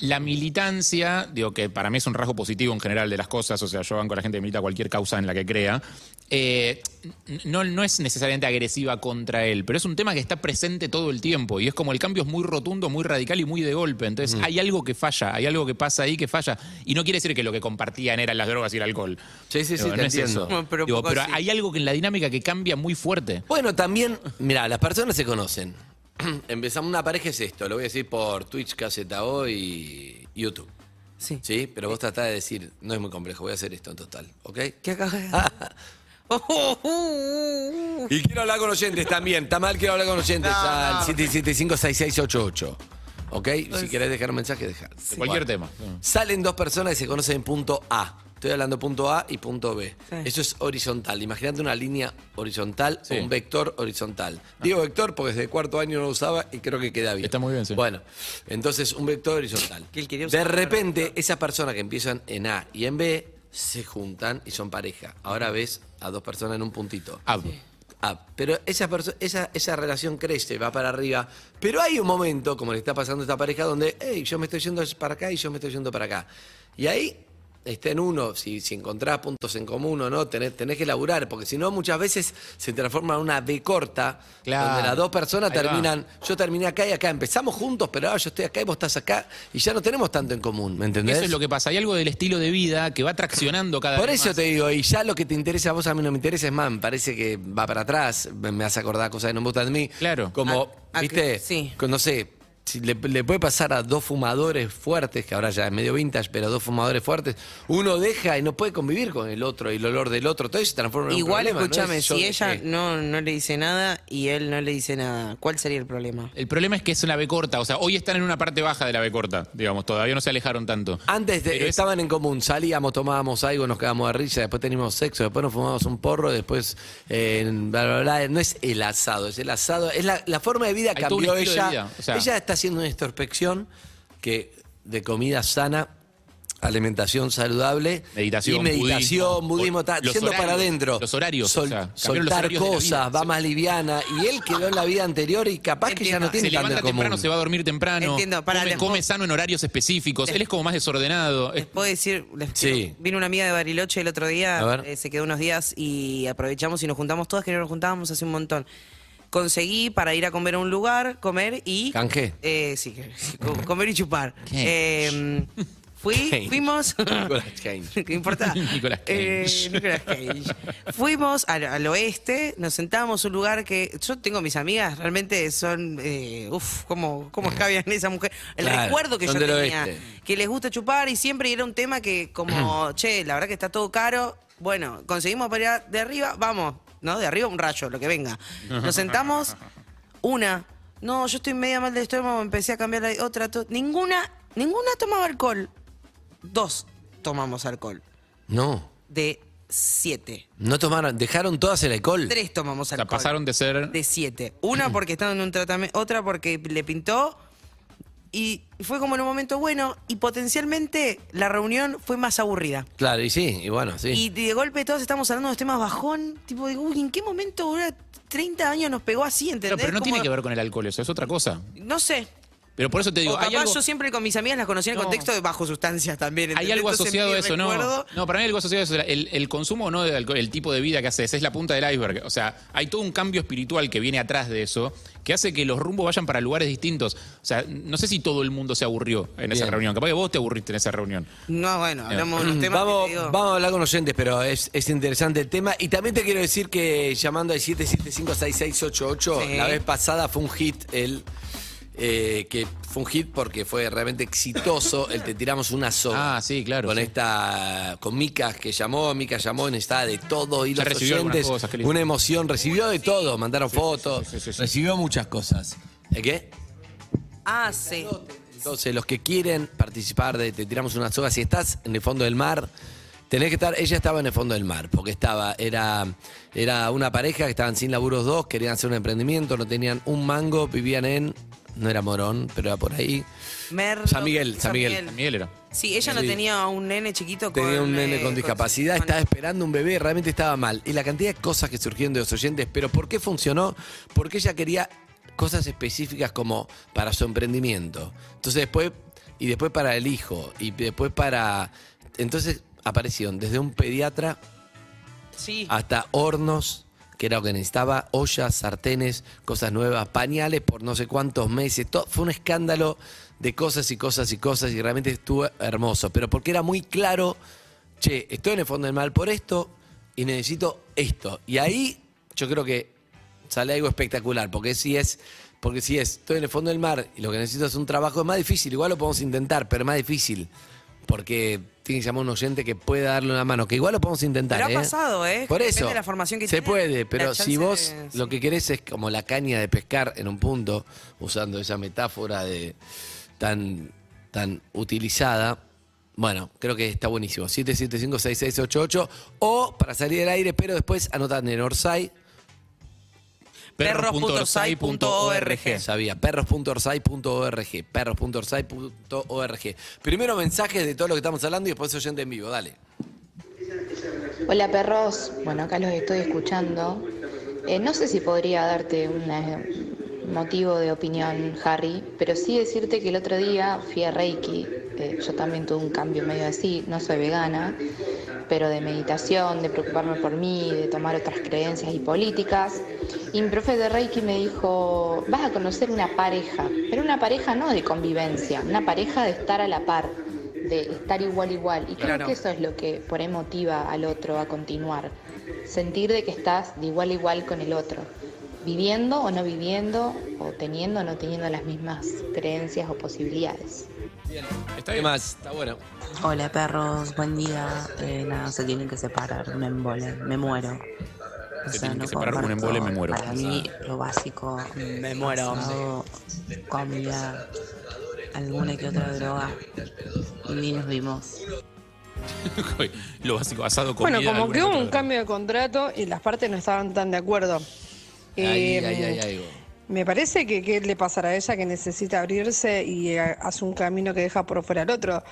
la militancia, digo que para mí es un rasgo positivo en general de las cosas, o sea, yo banco a la gente que milita cualquier causa en la que crea, eh, n- no, no es necesariamente agresiva contra él, pero es un tema que está presente todo el tiempo y es como el cambio es muy rotundo, muy radical y muy de golpe, entonces hay algo que falla, hay algo que pasa ahí que falla y no quiere decir que lo que compartían eran las drogas y el alcohol.
Sí, sí, sí,
Digo,
te
no es
entiendo.
eso.
Bueno, pero un
Digo,
poco
pero
así.
hay algo que en la dinámica que cambia muy fuerte.
Bueno, también, mira, las personas se conocen. Empezamos una pareja es esto, lo voy a decir por Twitch, KZO y YouTube.
Sí.
¿Sí? Pero vos tratás de decir, no es muy complejo, voy a hacer esto en total, ¿ok?
¿Qué acabas
Ah.
de Oh,
Y quiero hablar con oyentes también. Está mal, quiero hablar con oyentes
No, no.
al 775-6688. ¿Ok? Si querés dejar un mensaje, dejar.
De cualquier tema.
Salen dos personas y se conocen en punto A. Estoy hablando punto A y punto B.
Sí.
Eso es horizontal. Imagínate una línea horizontal
Sí. Ah.
o un vector horizontal. Digo vector porque desde cuarto año no lo usaba y creo que queda bien.
Está muy bien, sí.
Bueno, entonces un vector horizontal.
Que él quería
De
usar para
repente, esas personas que empiezan en A y en B se juntan y son pareja. Ahora ves a dos personas en un puntito.
Ah,
Ah, pero esa, perso- esa, esa relación crece, va para arriba. Pero hay un momento, como le está pasando a esta pareja, donde, hey, yo me estoy yendo para acá y yo me estoy yendo para acá. Y ahí está en uno, si, si encontrás puntos en común o no, tenés, tenés que laburar, porque si no, muchas veces se transforma en una B corta,
Claro.
donde las dos personas
Ahí va.
terminan, yo terminé acá y acá, empezamos juntos, pero ahora yo estoy acá y vos estás acá, y ya no tenemos tanto en común, ¿me entendés?
Eso es lo que pasa. Hay algo del estilo de vida que va traccionando cada
Por
vez
eso
más.
te digo, y ya lo que te interesa a vos a mí no me interesa, es más, me parece que va para atrás, me me hace acordar cosas que no me gustan de mí.
Claro.
Como,
A- a-
viste,
Ah, sí.
con- no sé, si le, le puede pasar a dos fumadores fuertes, que ahora ya es medio vintage, pero dos fumadores fuertes, uno deja y no puede convivir con el otro, y el olor del otro, todo eso se transforma en
Igual,
un problema. ¿no?
escúchame,
Es yo
si
que
ella
sé.
no, no le dice nada y él no le dice nada, ¿cuál sería el problema?
El problema es que es una B corta. O sea, hoy están en una parte baja de la B corta, digamos. Todavía no se alejaron tanto.
Ah,
Antes de-
Pero es-
estaban en común, salíamos, tomábamos algo, nos quedábamos de risa, después teníamos sexo, después nos fumábamos un porro, después eh, bla, bla, bla. No es el asado, es el asado. Es la, la forma de vida
Hay todo un
cambió
estilo de
ella.
vida, o sea-
ella está haciendo una introspección que, de comida sana, alimentación saludable,
Meditación,
y meditación, budismo,
budismo,
está
los
yendo para
horarios,
adentro.
los horarios,
Sol-
o sea, cambiaron los
soltar
horarios de la
cosas,
vida,
va
sí.
más liviana. Y él quedó en la vida anterior y capaz que ya no
Entiendo.
tiene
se
tanto
levanta
en común.
temprano, se va a dormir temprano.
Entiendo, para,
come,
les-
come sano en horarios específicos. Él es como más desordenado.
Les
Es-
puedo decir, les
Sí.
quiero- vino una amiga de Bariloche el otro
A
día,
ver.
eh, se quedó unos días y aprovechamos y nos juntamos todas, que no nos juntábamos hace un montón. Conseguí para ir a comer a un lugar, comer y...
Canje.
Eh, sí, co- comer y chupar.
¿Qué?
Eh, fui,
¿Qué?
fuimos...
Nicolas Cage.
¿Qué importa?
Nicolas Cage.
Eh, Nicolas Cage. Fuimos al, al oeste, nos sentamos un lugar que yo tengo mis amigas, realmente son, eh, uf, cómo, cómo escabian esa mujer. El
Claro,
recuerdo que yo
son del
tenía,
oeste.
que les gusta chupar y siempre era un tema que como, che, la verdad que está todo caro, bueno, conseguimos para ir a- de arriba, vamos, ¿no? De arriba un rayo, lo que venga. Nos sentamos, una, no, yo estoy media mal de estómago, empecé a cambiar la otra, to- ninguna, ninguna tomaba alcohol, dos tomamos alcohol
No.
de siete.
No tomaron, dejaron todas el alcohol.
Tres
o
tomamos
sea,
alcohol.
pasaron de ser.
de siete. Una porque estaba en un tratamiento, otra porque le pintó. Y fue como en un momento bueno. Y potencialmente la reunión fue más aburrida.
Claro, y sí, y bueno,
Y
sí.
de golpe todos estamos hablando de los temas bajón. Tipo, digo, uy, ¿en qué momento ahora 30 años nos pegó así?
Claro,
¿entendés?
pero no
Como-
tiene que ver con el alcohol, eso es otra cosa.
No sé.
Pero por eso te digo,
o
hay
capaz
algo,
yo siempre con mis amigas las conocí en el
No.
contexto de bajo sustancias también.
hay
¿entendés?
algo
Entonces,
asociado
mi
a eso,
recuerdo-
¿no? No, para mí hay algo asociado a eso. El, el consumo no de alcohol, el tipo de vida que haces, es la punta del iceberg. O sea, hay todo un cambio espiritual que viene atrás de eso, que hace que los rumbos vayan para lugares distintos. O sea, no sé si todo el mundo se aburrió en esa
Bien.
reunión. Capaz que vos te aburriste en esa reunión.
No, bueno, hablamos de unos temas que
Vamos,
te digo-
vamos a hablar con los oyentes, pero es, es interesante el tema. Y también te quiero decir que llamando al 775-6688,
Sí.
la vez pasada fue un hit el. eh, que fue un hit porque fue realmente exitoso el Te Tiramos una soga.
Ah, sí, claro,
Con
sí.
esta. con Mica que llamó, Mica llamó, necesitaba de todo y
Ya
los
recibió algunas
oyentes.
cosas, qué lindo.
una emoción, recibió de todo, mandaron fotos,
sí, sí, sí.
recibió muchas cosas. ¿Eh, ¿Qué?
Ah, sí.
Entonces, los que quieren participar de Te Tiramos una soga, si estás en el fondo del mar, tenés que estar. Ella estaba en el fondo del mar, porque estaba, era, era una pareja que estaban sin laburos dos, querían hacer un emprendimiento, no tenían un mango, vivían en. No era Morón, pero era por ahí.
Merlo-
San Miguel, San Miguel.
Miguel era.
Sí, ella no
Sí.
tenía un nene chiquito con...
Tenía un
eh,
nene con discapacidad,
con-
estaba esperando un bebé, realmente estaba mal. Y la cantidad de cosas que surgieron de los oyentes, pero ¿por qué funcionó? Porque ella quería cosas específicas como para su emprendimiento. Entonces después, y después para el hijo, y después para... Entonces aparecieron desde un pediatra
Sí.
hasta hornos, que era lo que necesitaba, ollas, sartenes, cosas nuevas, pañales por no sé cuántos meses. Todo, fue un escándalo de cosas y cosas y cosas y realmente estuvo hermoso. Pero porque era muy claro, che, estoy en el fondo del mal por esto y necesito esto. Y ahí yo creo que sale algo espectacular, porque si es... Porque si es, estoy en el fondo del mar y lo que necesito es un trabajo, es más difícil. Igual lo podemos intentar, pero es más difícil. Porque tiene que llamar a un oyente que pueda darle una mano. Que igual lo podemos intentar.
Pero ha
¿eh?
pasado, ¿eh?
Por
Depende
eso.
de la formación que
se
tienen,
puede,
la
pero si
chance
vos
de-
lo
sí.
que querés es como la caña de pescar en un punto, usando esa metáfora de tan, tan utilizada. Bueno, creo que está buenísimo. 775-6688 o para salir del aire, pero después anotan en Orsay,
perros.orsay.org.
sabía, perros.orsay.org, perros.orsay.org. Primero mensajes de todo lo que estamos hablando y después oyente en vivo, dale.
Hola perros, bueno acá los estoy escuchando. Eh, no sé si podría darte una- un motivo de opinión, Harry, pero sí decirte que el otro día fui a Reiki. Eh, yo también tuve un cambio medio así, no soy vegana, pero de meditación, de preocuparme por mí, de tomar otras creencias y políticas. Y mi profe de Reiki me dijo, vas a conocer una pareja, pero una pareja no de convivencia, una pareja de estar a la par, de estar igual igual. Y creo
Claro.
que eso es lo que por ahí motiva al otro a continuar. Sentir de que estás de igual a igual con el otro. Viviendo o no viviendo, o teniendo o no teniendo las mismas creencias o posibilidades.
Está
¿Qué
bien.
más? Está bueno.
Hola perros, buen día. Eh, nada, se tienen que separar, un embole, me muero. O
Se tienen que separar, un
comparto-
embole, me muero.
Para mí, lo básico,
Me muero.
asado, comida, alguna que otra droga. Y ni nos vimos.
lo básico, asado, comida.
Bueno, como
alguna
que hubo
otra
un
cosa.
cambio de contrato y las partes no estaban tan de acuerdo.
Ahí,
Eh,
ahí, ahí, ahí.
Me parece que qué le pasará a ella que necesita abrirse y eh, hace un camino que deja por fuera al otro,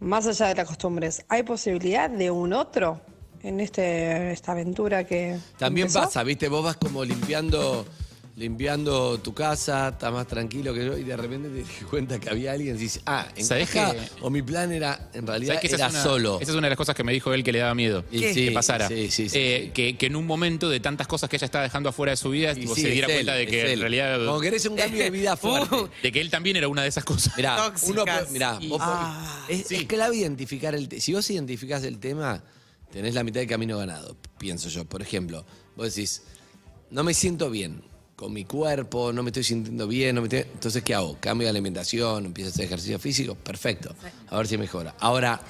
más allá de las costumbres. ¿Hay posibilidad de un otro en este, esta aventura que
También
empezó?
pasa, viste, vos vas como limpiando, limpiando tu casa, estás más tranquilo que yo, y de repente te das cuenta que había alguien y dices, ah, en
¿Sabés
caja,
que-
o mi plan era, en realidad
¿Sabés que esa
era
es una-
solo.
Esa es una de las cosas que me dijo él que le daba miedo.
Y
Que
sí,
pasara.
sí, sí, sí,
Eh, Que, que en un momento de tantas cosas que ella estaba dejando afuera de su vida,
Y
tipo,
sí,
se
es
diera
él,
cuenta de
es
que en
él.
realidad. Uh,
Como querés un cambio de vida fuerte.
De que él también era una de esas cosas.
Uh. Mirá,
Tóxicas. Ah,
uno puede- mirá,
Y-
vos podés- es,
sí.
es clave identificar el tema. Si vos identificás el tema, tenés la mitad del camino ganado, pienso yo. Por ejemplo, vos decís, no me siento bien con mi cuerpo, no me estoy sintiendo bien, no me estoy- entonces ¿qué hago? Cambio de alimentación, empiezo a hacer ejercicio físico, perfecto, a ver si mejora. Ahora,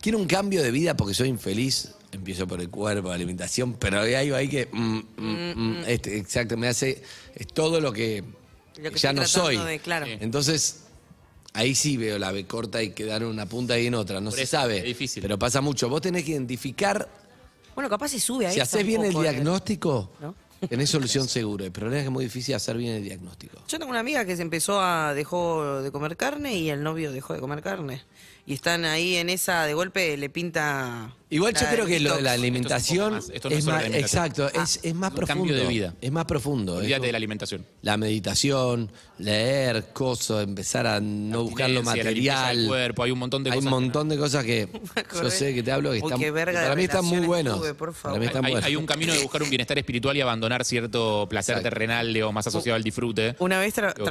quiero un cambio de vida porque soy infeliz, empiezo por el cuerpo, la alimentación, pero hay algo ahí que, mm, mm, mm, este, exacto, me hace, es todo lo que,
Lo que
ya
estoy
no
tratando
soy.
de- claro.
Entonces, ahí sí veo la B corta y quedar en una punta y en otra. No
Por
se
eso,
sabe.
es difícil.
Pero pasa mucho. Vos tenés que identificar.
Bueno, capaz se sube ahí.
si haces bien el diagnóstico,
¿No?
tenés solución seguro. El problema es que es muy difícil hacer bien el diagnóstico.
¿eh? Yo tengo una amiga que se empezó a dejó de comer carne y el novio dejó de comer carne. Y están ahí en esa, de golpe le pinta
Igual yo
Nada,
creo que lo de la
detox.
alimentación
Esto
es,
es un poco más. Esto no es solo
más,
alimentación. Ah,
exacto, es, es más
Un
profundo.
cambio de vida.
Es más profundo. es
Olvídate
como-
de la alimentación.
la meditación, leer cosas, empezar a no buscar lo
Abstinencia, la limpieza del
material.
cuerpo, hay un montón de
Hay un
cosas.
montón de cosas que yo
acordé.
sé que te hablo que
Uy,
están,
qué verga
para
de
mí están muy
relaciones
buenos.
tuve, por
Para
favor.
mí están
Hay,
buenos.
hay un camino de buscar un bienestar espiritual y abandonar cierto placer
Exacto.
terrenal o más asociado al disfrute.
Una vez tra-
Creo que es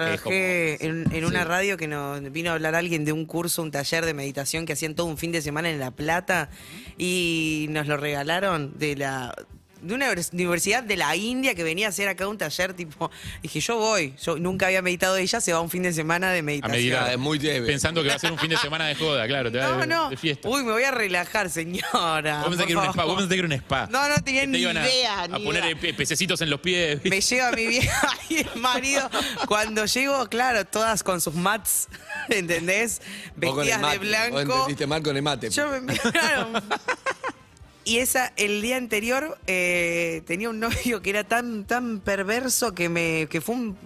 trabajé
como-
en, en una
sí.
radio que nos vino a hablar alguien de un curso, un taller de meditación que hacían todo un fin de semana en La Plata y nos lo regalaron de la de una vers- universidad de la India que venía a hacer acá un taller tipo dije yo voy yo nunca había meditado ella se va un fin de semana de
A
meditación
medida,
Ah, es muy leve.
pensando que va a ser un fin de semana de joda, claro, te va
no
de,
no
de fiesta.
uy me voy a relajar señora
vos pensás
por
que era un
favor.
spa, vos pensás que era un spa.
No, no tenía
Que te
ni
iban a-
idea,
A,
ni
poner
idea.
eh, pe- pececitos en los pies.
me lleva mi vieja y el marido. Cuando llego, claro, todas con sus mats, ¿entendés?
Vos con el
Vestidas de
mate, Vos
blanco.
entendiste mal con el mate.
Yo me miraron. Y esa, el día anterior eh, tenía un novio que era tan, tan perverso que me, que fue un,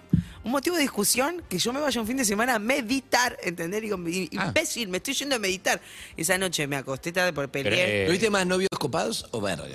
un motivo de discusión que yo me vaya un fin de semana a meditar, ¿entendés? Digo, "I-
Ah.
imbécil, me estoy yendo a meditar. Esa noche me acosté tarde por pelear.
eh,
¿Tuviste más novios copados o verga?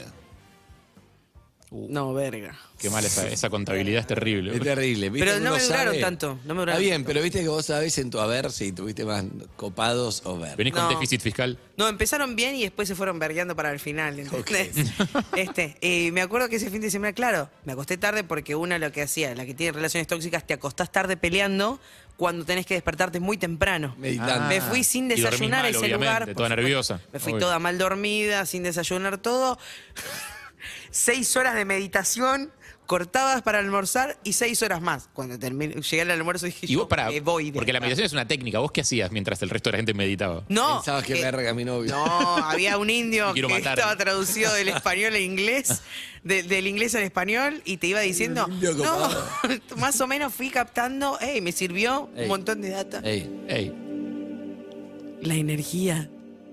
no, verga.
Qué mal esa, esa contabilidad, es terrible.
Es terrible. ¿viste?
Pero no
Uno
me duraron
sabe.
tanto, no me duraron
Está bien,
tanto.
pero viste que vos sabés en tu haber si tuviste más copados o verga.
Venís con
No.
déficit fiscal.
No, empezaron bien y después se fueron vergueando para el final, ¿entendés? Este, y me acuerdo que ese fin de semana, claro, me acosté tarde porque una lo que hacía, la que tiene relaciones tóxicas, te acostás tarde peleando cuando tenés que despertarte muy temprano.
Meditando.
Me fui sin
Y dormís
desayunar
mal,
a ese
obviamente,
lugar.
toda
por supuesto.
nerviosa,
Me fui
obvio.
toda mal dormida, sin desayunar todo. seis horas de meditación, cortadas para almorzar y seis horas más. Cuando terminé, llegué al almuerzo dije,
Y vos
yo
para.
me voy de
Porque la
acá.
meditación es una técnica. ¿Vos qué hacías mientras el resto de la gente meditaba?
No,
Pensabas que
eh,
verga mi novio.
no, había un indio
Te
que
quiero matar.
estaba traducido del español al inglés, de- del inglés al español, y te iba diciendo,
Un indio
no,
copado.
más o menos fui captando, hey, me sirvió
Ey.
un montón de data.
Ey,
Ey,
La energía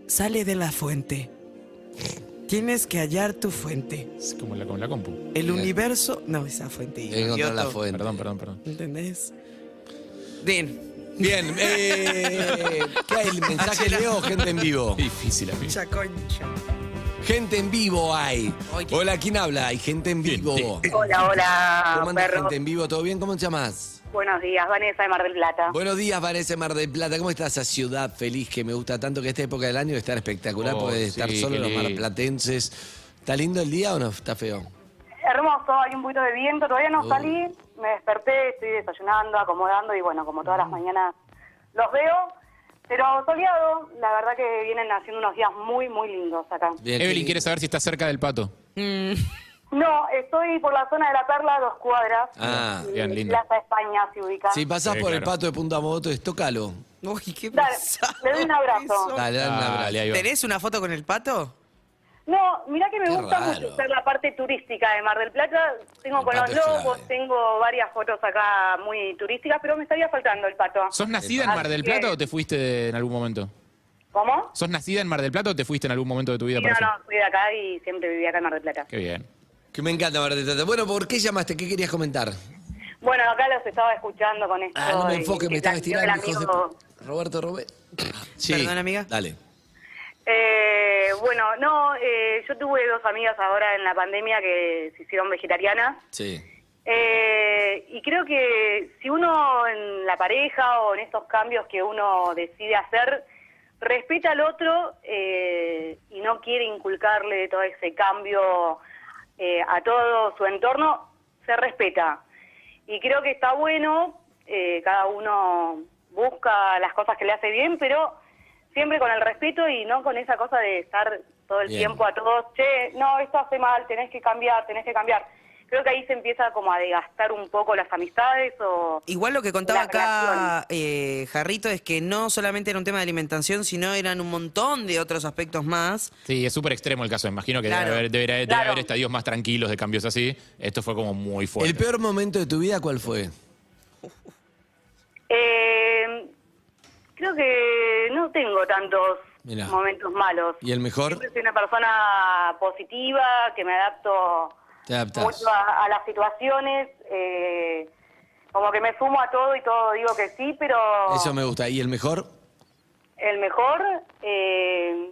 sale de la fuente. Tienes que hallar tu fuente.
es como la, como la compu.
El universo, no, esa fuente.
tenés que encontrar la
Kioto,
fuente.
Perdón, perdón, perdón.
¿Entendés? Bien.
Bien, eh, ¿qué hay? ¿Mensaje Leo o gente en vivo?
Difícil a mí.
Ya, concha.
Gente en vivo hay. Hola, ¿quién habla? Hay gente en vivo.
Hola, hola,
¿Cómo anda
Ah, perro.
gente en vivo? ¿Todo bien? ¿Cómo te llamas?
Buenos días, Vanessa de Mar del Plata.
Buenos días, Vanessa Mar del Plata. ¿Cómo está esa ciudad feliz que me gusta tanto que esta época del año debe estar espectacular
Oh,
porque debe
sí,
estar solo
qué
los
lindo.
marplatenses? ¿Está lindo el día o no? ¿Está feo?
Hermoso, hay un poquito de viento, todavía no
Oh.
salí, me desperté, estoy desayunando, acomodando y bueno, como todas las mañanas los veo, pero soleado, la verdad que vienen haciendo unos días muy, muy lindos acá.
Bien, qué
Evelyn
lindo.
quiere saber si está cerca del pato.
Mm.
No, estoy por la zona de la Perla, dos cuadras,
Ah,
y
bien, lindo.
Plaza España se ubica.
Si pasás
Sí,
por el
claro.
pato de Punta Moto, estócalo.
Uy, qué
Dale,
pesado.
le doy un abrazo.
Eso.
Dale, dale un abrazo.
Dale, ahí va.
¿Tenés una foto con el pato?
No, mirá que me
Qué
gusta
raro.
mucho usar la parte turística de Mar del Plata. Tengo
El
con los
pato es clave.
lobos, tengo varias fotos acá muy turísticas, pero me estaría faltando el pato.
¿Sos nacida en Mar del Plata o te fuiste de- en algún momento?
¿Cómo?
¿Sos nacida en Mar del Plata o te fuiste en algún momento de tu
Sí,
vida
no,
para allá?
no, soy de acá y siempre viví acá en Mar del Plata.
Qué bien.
Que me encanta Mar del Plata. Bueno, ¿por qué llamaste? ¿Qué querías comentar?
Bueno, acá los estaba escuchando con esto.
Ah, no me
de-
enfoque, me
de
estaba
la- del
estirando, hijos de...
amigo.
Roberto, Roberto.
Perdón, amiga.
Dale.
Eh, bueno, no, eh, yo tuve dos amigas ahora en la pandemia que se hicieron vegetarianas.
Sí.
Eh, y creo que si uno en la pareja o en estos cambios que uno decide hacer, respeta al otro eh, y no quiere inculcarle todo ese cambio eh, a todo su entorno, se respeta. Y creo que está bueno, eh, cada uno busca las cosas que le hace bien, pero siempre con el respeto y no con esa cosa de estar todo el
Bien.
tiempo a todos, che, no, esto hace mal, tenés que cambiar, tenés que cambiar. Creo que ahí se empieza como a desgastar un poco las amistades o...
Igual lo que contaba
La
acá eh, Jarrito es que no solamente era un tema de alimentación, sino eran un montón de otros aspectos más.
Sí, es súper extremo el caso. Imagino que
Claro.
debe, haber, debe haber- debe
Claro.
haber estadios más tranquilos de cambios así. Esto fue como muy fuerte.
¿El peor momento de tu vida cuál fue?
Eh, creo que no tengo tantos
Mirá.
momentos malos.
¿Y el mejor?
Siempre soy una persona positiva, que me adapto
Te adaptás.
mucho a, a las situaciones. eh, como que me sumo a todo y todo digo que sí, pero
Eso me gusta. ¿Y el mejor?
el mejor, eh,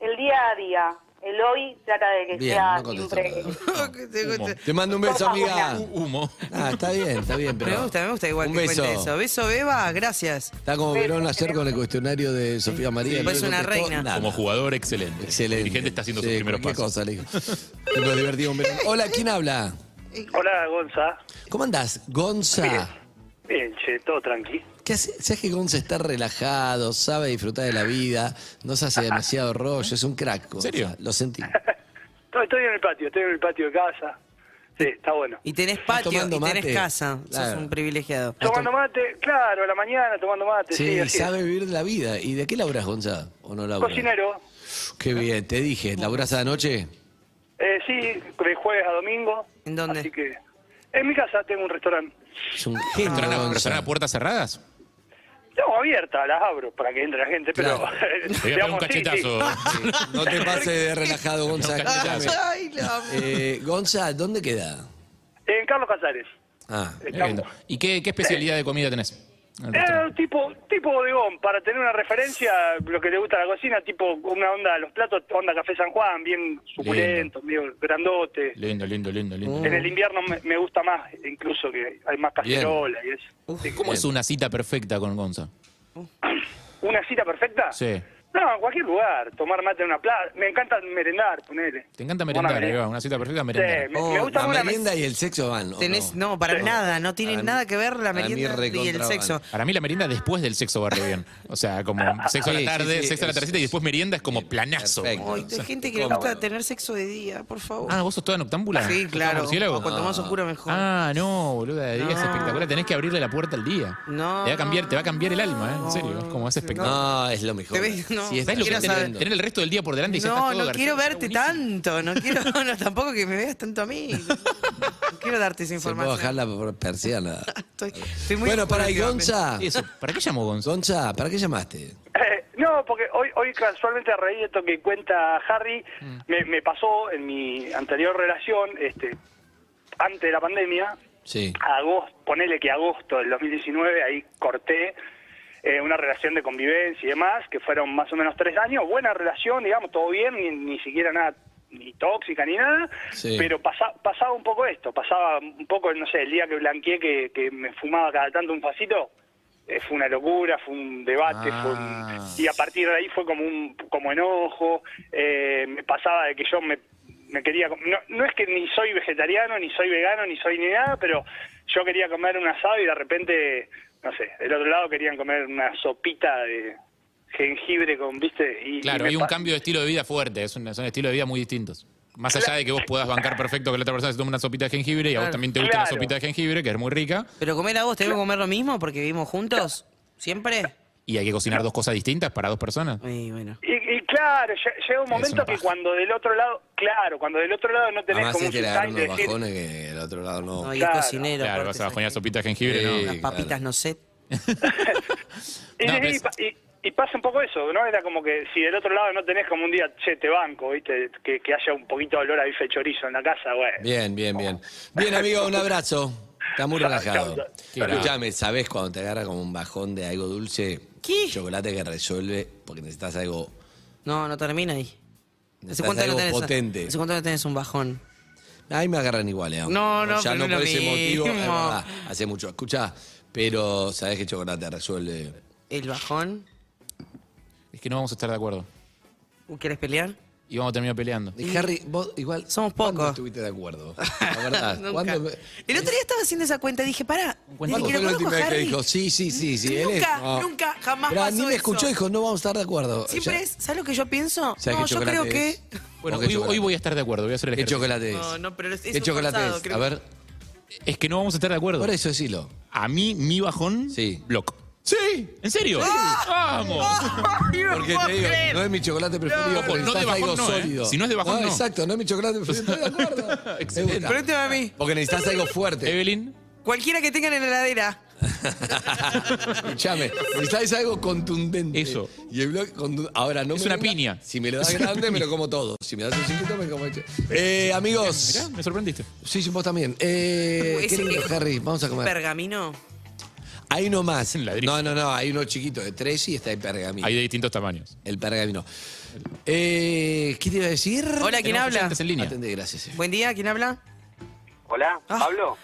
el día a día.
el hoy trata de que
Bien,
sea
no contestó
siempre...
Humo. Te mando un beso, amiga.
Humo.
Ah, está bien, está bien, pero.
Me gusta, me gusta igual
un
que
beso.
cuente eso. Beso, Beba, gracias.
Está como Verón ayer con el cuestionario de Sofía María.
Sí,
no
es
le
una
contestó
reina.
nada.
Ah. Como jugador, excelente.
Excelente.
El dirigente está haciendo
Sí,
sus primeros
cualquier
pasos.
cosa, le dijo. Lo divertido, un Verón. Hola, ¿quién habla?
Hola, Gonza.
¿Cómo andás? Gonza.
Bien, che, todo tranqui.
¿Qué hace? ¿Sabes que Gonza está relajado, sabe disfrutar de la vida, no se hace demasiado rollo, es un crack. Gonza.
serio?
Lo sentí.
No, estoy en el patio, estoy en el patio de casa. Sí, está bueno.
Y tenés patio
tomando
y tenés
mate?
casa. Sos
Claro.
un privilegiado.
Tomando mate, claro, a la mañana tomando mate. Sí,
Sí,
así es.
sabe vivir la vida. ¿Y de qué laburás, Gonza? ¿O no laburás?
Cocinero.
Qué bien, te dije. ¿Laburás a la noche?
Eh, sí, de jueves a domingo.
¿En dónde?
Así que en mi casa tengo un restaurante.
Es un
¿Qué?
genio,
¿Restauran-
Gonza.
¿Restauran a puertas cerradas?
Tengo abierta, las abro para que entre la gente, pero...
Claro.
Te voy a pegar un
digamos, sí,
cachetazo.
No te pases de relajado, Gonza.
Nunca te
escúchame.
das.
Ay, lo amo.
Eh, Gonza, ¿dónde queda?
sí. En Carlos Casares.
Ah,
Tremendo. ¿Y qué, qué especialidad de comida tenés? en el
Era
restaurante?
un tipo, tipo bodegón, para tener una referencia, lo que le gusta a la cocina, tipo una onda, los platos, onda Café San Juan, bien suculento, medio grandote.
Lindo, lindo, lindo, lindo.
En el invierno me, me gusta más, incluso que hay más
Mm. Bien.
cacerola y eso. Sí.
¿Cómo es una cita perfecta con Gonza?
¿Una cita perfecta?
Sí.
No, en cualquier lugar, tomar mate en una plaza. Me encanta merendar, ponele.
Te encanta
Una
merendar,
merenda.
ahí va, una cita perfecta
Sí,
merendar. Oh,
me, me gusta
Oh, la
una
merienda y el sexo van. ¿o
Tenés,
no?
no, para
Sí.
nada, no tiene
Para mí-
nada que ver la
para mí
merienda y el
recontra
sexo.
Para mí la merienda después del sexo barre bien. O sea, como sexo a
Sí,
la
sí,
tarde,
sí,
sexo a la
eso,
tardecita y después merienda es como planazo.
Perfecto.
Ay, hay gente que le
¿Cómo?
gusta tener sexo de día, por favor.
Ah, vos sos toda noctámbula. ¿Sos
sí,
toda
claro.
murciélago?
O cuanto más oscuro, mejor.
Ah, no, boluda, de día es espectacular. Tenés que abrirle la puerta al día.
No.
Te va a cambiar, te va a cambiar el alma, ¿eh? en serio. Es como es espectacular.
No, es lo mejor.
Te ves- no.
Sí, está
¿Sabés lo que es
quiero
tener,
saber.
tener el resto del día por delante y ya estás
No,
todo
no quiero
garchado?
verte tanto, no quiero no, tampoco que me veas tanto a mí. No quiero darte esa
Se puede bajar
información.
la por- persiana.
Estoy, estoy muy
bueno, para ahí,
oscura
Gonza.
Eso, ¿Para qué llamó Gonza?
Gonza, ¿para qué llamaste?
Eh, no, porque hoy, hoy casualmente a raíz de esto que cuenta Harry, me, me pasó en mi anterior relación, este, antes de la pandemia,
Sí.
agosto, ponele que agosto del 2019, ahí corté eh, una relación de convivencia y demás, que fueron más o menos tres años, buena relación, digamos, todo bien, ni, ni siquiera nada ni tóxica ni nada,
Sí.
pero pasa- pasaba un poco esto, pasaba un poco, no sé, el día que blanqueé que, que me fumaba cada tanto un facito, eh, fue una locura, fue un debate,
Ah.
fue un- y a partir de ahí fue como un como enojo, eh, me pasaba de que yo me, me quería, com- no, no es que ni soy vegetariano, ni soy vegano, ni soy ni nada, pero yo quería comer un asado y de repente, no sé, del otro lado querían comer una sopita de jengibre con, viste, y...
Claro,
y me
hay un
pa-
cambio de estilo de vida fuerte, es un, son estilos de vida muy distintos. Más allá de que vos puedas bancar perfecto que la otra persona se tome una sopita de jengibre y a vos
Claro.
también te gusta la
Claro.
sopita de jengibre, que es muy rica,
Pero comer a vos, ¿tenemos que comer lo mismo porque vivimos juntos? ¿Siempre?
y hay que cocinar dos cosas distintas para dos personas.
Ay, bueno.
Y, y claro, lle- llega un
una
momento que
paja.
cuando del otro lado, claro, cuando del otro lado no tenés
Además,
como un
este le
sultán
agarraron
y
unos
decir,
bajones que el otro lado no.
No, y
Claro.
es cocinero.
Claro,
aparte,
vas a
¿sabes
bajoñar
qué?
sopita de jengibre,
Sí.
Unas papitas,
claro.
no sé.
Y,
No,
y-
pero
y
es-
pa- y- y pasa un poco eso, ¿no? Era como que si del otro lado no tenés como un día, che, te banco, ¿viste? Que, que haya un poquito de olor a bife chorizo en la casa, bueno.
Bien, bien, bien. Bien, amigo, un abrazo. Está muy
Chao,
relajado.
chao,
chao.
Escuchame, ¿sabes cuando te agarra como un bajón de algo dulce?
¿Qué?
Chocolate que resuelve porque necesitas algo,
No, no termina ahí. ¿Hace
necesitas
cuánto, no
algo
tenés,
potente.
¿Hace cuánto no tenés un bajón?
Ahí me agarran igual, eh.
No, no,
ya
pero
no
no
por
es lo
ese motivo, es
mismo.
verdad, hace mucho. Escuchá, pero ¿sabés que chocolate resuelve?
¿El bajón?
Es que no vamos a estar de acuerdo.
¿Quieres pelear?
Y vamos a terminar peleando.
Y Harry, vos igual.
Somos
¿cuándo
pocos.
estuviste de acuerdo? La verdad.
Nunca.
¿cuándo me-
El otro día estaba haciendo esa cuenta y dije, pará, desde
¿Cuándo
que
fue
lo
la
conozco
última vez que
Harry,
dijo? Sí, sí, sí, sí. él es-
Nunca,
no.
nunca, jamás
Mirá,
pasó
Ni me
eso.
escuchó, dijo, no vamos a estar de acuerdo.
Siempre
Ya.
es, ¿sabes lo que yo pienso?
¿Sabes
no,
qué
yo creo
chocolate
que...
es?
Bueno,
¿O qué
hoy,
chocolate?
hoy voy a estar de acuerdo, voy a hacer el
¿Qué
ejercicio.
chocolate es?
No, no, pero es- es
¿Qué
un
chocolate
forzado,
es?
creo.
A ver,
Es que no vamos a estar de acuerdo.
por eso decilo.
A mí, mi bajón,
Sí.
block.
Sí. Ah.
¿En serio? ¡Vamos!
Porque te digo, no es mi chocolate preferido,
Ojo,
pero
no de
necesitas
bajón
algo
no, ¿eh?
sólido. Ah,
Si no es de bajón, no.
exacto, no es mi chocolate preferido, estoy de acuerdo.
Excelente. Eh,
Me gusta.
este a mí.
Porque necesitas algo fuerte.
Evelyn,
Cualquiera que tengan en la heladera.
Escuchame, necesitas algo contundente.
eh, Eso.
Y el blog contu- Ahora no
Es
me
una
venga-
piña.
Si me lo das grande, me lo como todo. Si me das un chiquito, me como el Eh,
mirá,
amigos.
me sorprendiste.
Sí, sí, vos también. Eh,
Uy,
qué
ese
lindo,
que-
Harry. Vamos a comer.
Pergamino.
Hay uno más. No, no, no, hay uno chiquito de tres y está el pergamino.
Hay de distintos tamaños.
El pergamino. Eh, ¿Qué te iba a decir?
Hola, ¿quién habla?
Atendé, gracias. eh.
Buen día, ¿quién habla?
Hola,
Ah.
¿Pablo?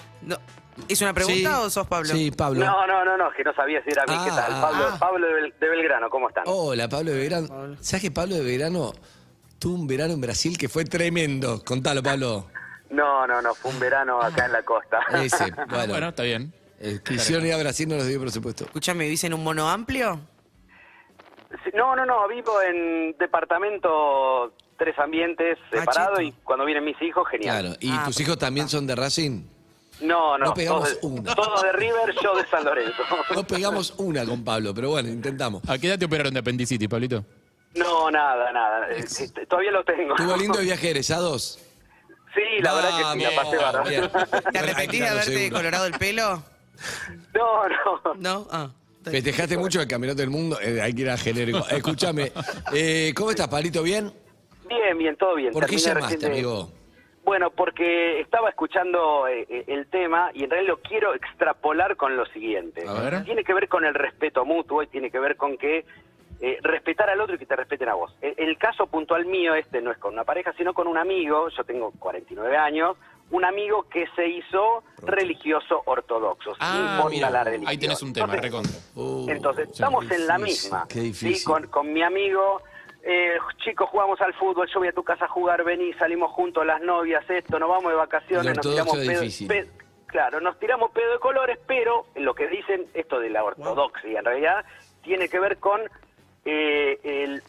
¿Es una pregunta
Sí.
o sos Pablo?
Sí, Pablo.
No, no, no, no, que no sabía si era a mí. ¿Qué
Ah,
tal? Pablo,
ah. Oh.
Pablo de, Bel- de Belgrano, ¿cómo están?
Hola, Pablo de Verano. ¿Sabes que Pablo de Verano tuvo un verano en Brasil que fue tremendo? Contalo, Pablo.
No, no, no, fue un
Ah.
verano acá en la costa.
Ese,
Ah,
bueno.
Ah, está bien.
Quisieron ir a Brasil, no nos dio presupuesto.
Escúchame, ¿vivís en un mono amplio?
Sí, No, no, no, vivo en departamento tres ambientes separado y cuando vienen mis hijos, genial.
Claro,
Ah,
¿y
pues
tus hijos también son de Racing?
No, no,
No pegamos
todos, de-
una.
todos de River, yo de San Lorenzo.
No pegamos una con Pablo, pero bueno, intentamos.
¿A qué edad te operaron de apendicitis, Pablito?
No, nada, nada. eh, eh, Todavía lo tengo.
¿Tuvo lindo de viaje egresados?
Sí, la verdad que
Ah.
sí, la pasé bárbaro.
¿Te arrepentís de
claro,
haberte
seguro.
colorado el pelo?
No, no.
¿No? Ah.
Festejaste mucho el Campeonato del Mundo, eh, hay que ir a genérico. Escúchame, eh, ¿cómo estás, Palito? ¿Bien?
Bien, bien, todo bien.
¿Por qué
Terminé
llamaste,
recién de-
amigo?
Bueno, porque estaba escuchando eh, eh, el tema y en realidad lo quiero extrapolar con lo siguiente.
A ver.
Tiene que ver con el respeto mutuo y tiene que ver con que eh, respetar al otro y que te respeten a vos. E- El, caso puntual mío este no es con una pareja, sino con un amigo, yo tengo 49 años, un amigo que se hizo religioso ortodoxo. sin
Ah,
importa la
mira,
religión.
ahí tenés un tema,
Entonces,
recontra.
Uh,
entonces, estamos en la
Oh, difícil,
misma.
qué
¿sí?
difícil.
Con, con mi amigo, eh, chicos, jugamos al fútbol, yo voy a tu casa a jugar, vení, salimos juntos, las novias, esto, nos vamos de vacaciones,
El
nos
ortodoxo
tiramos
es
pedo.
difícil.
pe- claro, nos tiramos pedo de colores, pero lo que dicen, esto de la ortodoxia, en realidad, tiene que ver con eh, el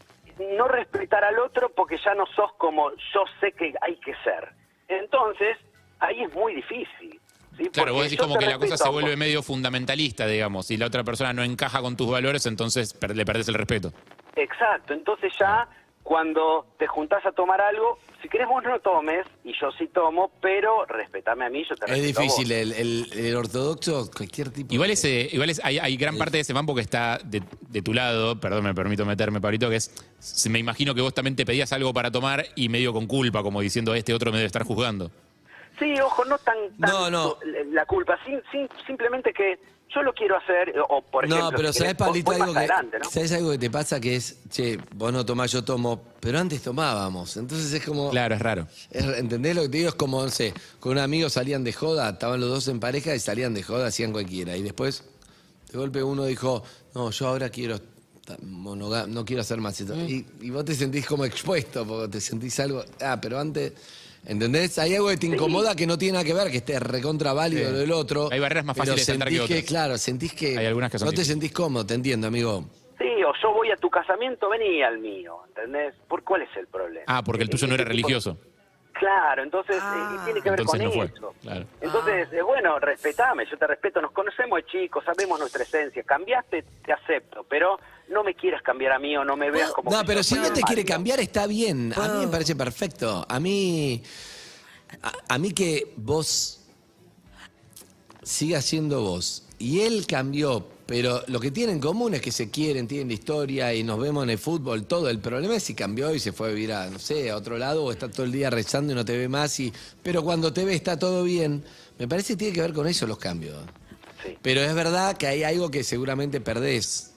no respetar al otro porque ya no sos como yo sé que hay que ser. Entonces, ahí es muy difícil. ¿sí?
Claro,
Porque
vos decís
yo
como que
te
la cosa se
respeto a vos.
vuelve medio fundamentalista, digamos. Si la otra persona no encaja con tus valores, entonces per- le perdés el respeto.
Exacto, entonces ya cuando te juntás a tomar algo, si querés vos no tomes, y yo sí tomo, pero respetame a mí, yo te
Es
respeto
difícil,
eh.
a vos.
el, el- el ortodoxo, cualquier tipo.
Igual, ese, igual es, hay, hay gran parte de ese mambo que está de, de tu lado, perdón, me permito meterme, Pablito, que es, se- me imagino que vos también te pedías algo para tomar y medio con culpa, como diciendo, este otro me debe estar juzgando.
Sí, ojo, no tan, tan eh, la culpa, sin, sin- simplemente que yo lo quiero hacer, eh, o por
no,
ejemplo...
pero
si
¿sabés,
querés, vos-
Pablito,
vos
algo que,
más adelante, ¿no?
¿sabés algo que te pasa? Que es, che, vos no tomás, yo tomo, pero antes tomábamos. Entonces es como.
Claro, es raro.
Es- ¿Entendés lo que te digo? Es como, no sé, con un amigo salían de joda, estaban los dos en pareja y salían de joda, hacían cualquiera. Y después, de golpe uno dijo, no, yo ahora quiero, ta- monoga- no quiero hacer más
Mm.
esto. Y, y vos te sentís como expuesto, porque te sentís algo, ah, pero antes, ¿entendés? Hay algo que te incomoda que no tiene nada que ver, que esté recontra válido
Sí.
lo del otro.
Hay barreras más
pero
fáciles de saltar que
sentís
otras.
Claro, sentís que,
Hay algunas que son
no te sentís cómodo, te entiendo, amigo.
Sí, o yo voy a tu casamiento, vení al mío, ¿entendés? ¿Por cuál es el problema? Este
Ah, porque el tuyo no era religioso.
Claro, entonces eh, tiene que ver
Entonces
con
no fue.
eso.
Claro.
Entonces, eh, bueno, respetame, yo te respeto, nos conocemos de chicos, sabemos nuestra esencia, cambiaste, te acepto, pero no me quieras cambiar a mí o no me veas como...
No,
que
pero
yo
si
soy
no te
normal.
quiere cambiar, está bien. A mí me parece perfecto. A mí. A, a mí que vos sigas siendo vos. Y él cambió, pero lo que tienen en común es que se quieren, tienen la historia y nos vemos en el fútbol, todo. El problema es si cambió y se fue a vivir a, no sé, a otro lado o está todo el día rezando y no te ve más. Y, pero cuando te ve está todo bien. Me parece que tiene que ver con eso los cambios. Pero es verdad que hay algo que seguramente perdés.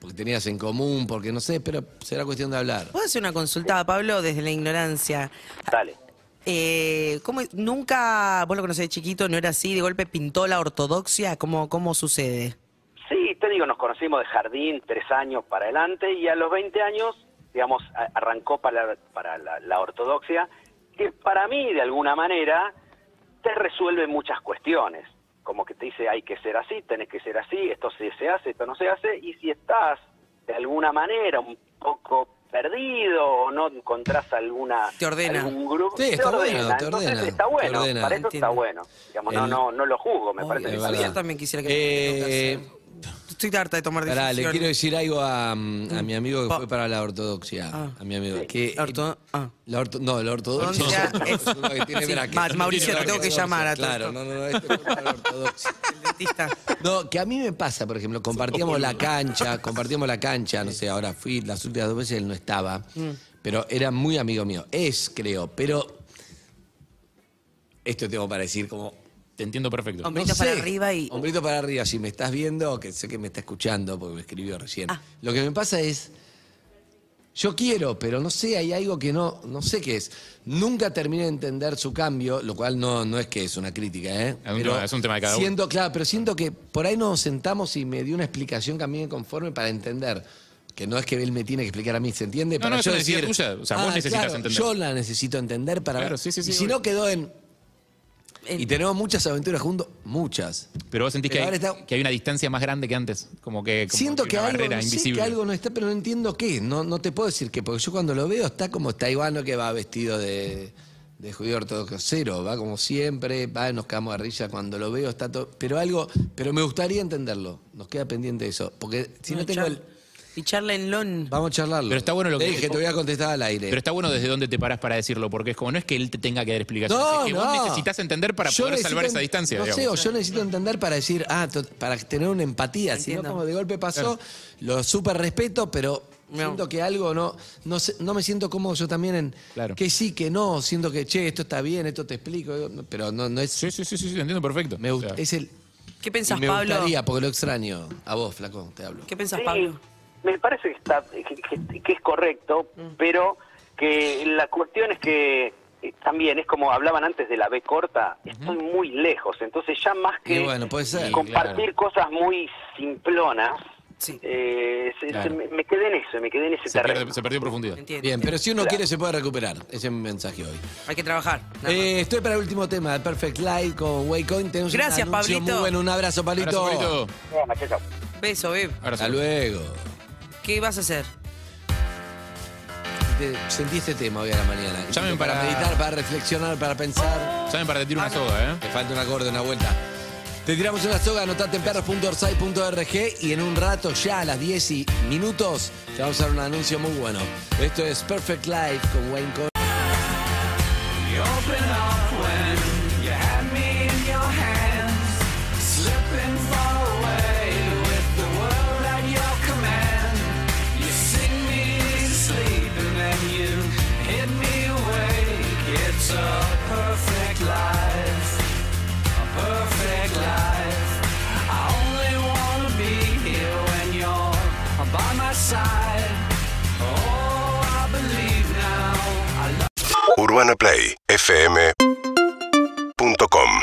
Porque tenías en común, porque no sé, pero será cuestión de hablar.
¿Puedo hacer una consulta a Pablo desde la ignorancia?
Dale.
Eh, ¿cómo- ¿Nunca, vos lo conocés de chiquito, no era así, de golpe pintó la ortodoxia? ¿Cómo, cómo sucede?
Sí, te digo, nos conocimos de jardín, tres años para adelante, y a los 20 años, digamos, a- arrancó para, para la, la ortodoxia, que para mí, de alguna manera, te resuelve muchas cuestiones. Como que te dice, hay que ser así, tenés que ser así, esto se, se hace, esto no se hace, y si estás, de alguna manera, un poco perdido o no encontrás alguna,
Te ordena.
algún grupo,
Sí, está bueno, te
Entonces
ordena,
está
te
bueno,
ordena.
para eso está
Entiendo.
bueno. Digamos, no,
El-
no, no lo juzgo, me parece que
Obvio,
está bien.
Yo también quisiera que...
Eh,
Estoy harta de tomar
Pará,
decisiones.
le quiero decir algo a, mm, a mi amigo que fue para la ortodoxia.
Ah.
A mi amigo. Que, la orto- no, la ortodoxia.
¿Dónde
es-
era?
es uno que tiene
ah. Sí,
brackets.
Ma- Mauricio, lo tengo que llamar a todo
Claro,
esto.
no, no, no. Este fue para la ortodoxia. No, que a mí me pasa, por ejemplo, compartíamos la cancha, compartíamos la cancha, no sé, ahora fui las últimas dos veces, él no estaba.
Mm.
Pero era muy amigo mío. Es, creo, pero. Esto tengo para decir como.
Te entiendo perfecto.
Hombrito para arriba y.
Hombrito para arriba, si me estás viendo, que sé que me está escuchando porque me escribió recién.
Ah.
Lo que me pasa es. Yo quiero, pero no sé, hay algo que no, no sé qué es. Nunca terminé de entender su cambio, lo cual no, no es que es una crítica, ¿eh?
Es un
Pero
tema- es un tema de cada uno.
siento, Claro, pero siento que por ahí nos sentamos y me dio una explicación que a mí me conforme para entender. Que no es que él me tiene que explicar a mí, ¿se entiende?
No,
para
no, es
yo
una necesidad
decir, "Ah,
tuya, o sea, vos necesitas
claro,
entender.
Yo la necesito entender para...
Claro, sí, sí, sí,
y si
obvio.
no quedó en... Y tenemos muchas aventuras juntos, muchas.
Pero vos sentís
Pero
que, hay,
ahora está-
que hay una distancia más grande que antes. Como que. como
Siento
que
que
una
algo,
barrera
no sé,
invisible.
que algo no está, pero no entiendo qué. No, no te puedo decir qué, porque yo cuando lo veo está como este Ivano que va vestido de, de judío ortodoxo cero, va como siempre, va, nos cagamos de risa cuando lo veo, está todo. Pero algo, pero me gustaría entenderlo. Nos queda pendiente eso. Porque si no,
Bueno,
tengo
char-
el.
Y charla en Lon.
Vamos a charlarlo.
Pero está bueno lo
Te
que-
dije, te voy a contestar al aire.
Pero está bueno desde dónde te parás para decirlo, porque es como no es que él te tenga que dar explicaciones,
No,
es que vos
no.
necesitas entender para
Yo
poder
necesito
salvar
en-
esa distancia.
No
digamos.
sé, o yo necesito entender para decir, ah, to- para tener una empatía. Si no,
Entiendo.
como de golpe pasó,
Claro.
lo súper respeto, pero siento que algo no, no, sé- no me siento cómodo yo también en que sí, que no. Siento que, che, esto está bien, esto te explico, digo, no, pero no, no es.
Sí, sí, sí, sí, entiendo perfecto.
Me gusta,
O sea.
es el.
¿Qué pensás,
y me
Pablo?
gustaría, porque lo extraño. A vos, flaco, te hablo.
¿Qué pensás,
Sí,
Pablo?
Me parece que, está, que, que- que es correcto, pero que la cuestión es que eh, también es como hablaban antes de la B corta, estoy muy lejos, entonces ya más que
Y bueno, puede ser.
compartir cosas muy simplonas, eh, se- se
Claro.
me, me quedé en eso, me quedé en ese
Se
terreno.
pierde- se perdió profundidad.
Bien, pero si uno quiere se puede recuperar. Ese es mi mensaje hoy.
Hay que trabajar.
Eh, estoy para el último tema, el Perfect Life con Waycoin. Tenemos
Gracias,
un anuncio
Pablito.
Muy bueno, un abrazo, Pablito.
Abrazo,
Beso, beb.
Hasta luego.
¿Qué vas a hacer?
Te- sentí este tema hoy a la mañana.
Llamen
para,
para-
meditar, para reflexionar, para pensar.
Llamen para tirar una soga, ¿eh?
Te falta un acorde, una vuelta. Te tiramos una soga, anotate en perros.orsay.org y en un rato, ya a las 10 y minutos, te vamos a dar un anuncio muy bueno. Esto es Perfect Life con Wayne Coyne.
By my side, oh, I believe now. I love
UrbanaPlayFM.com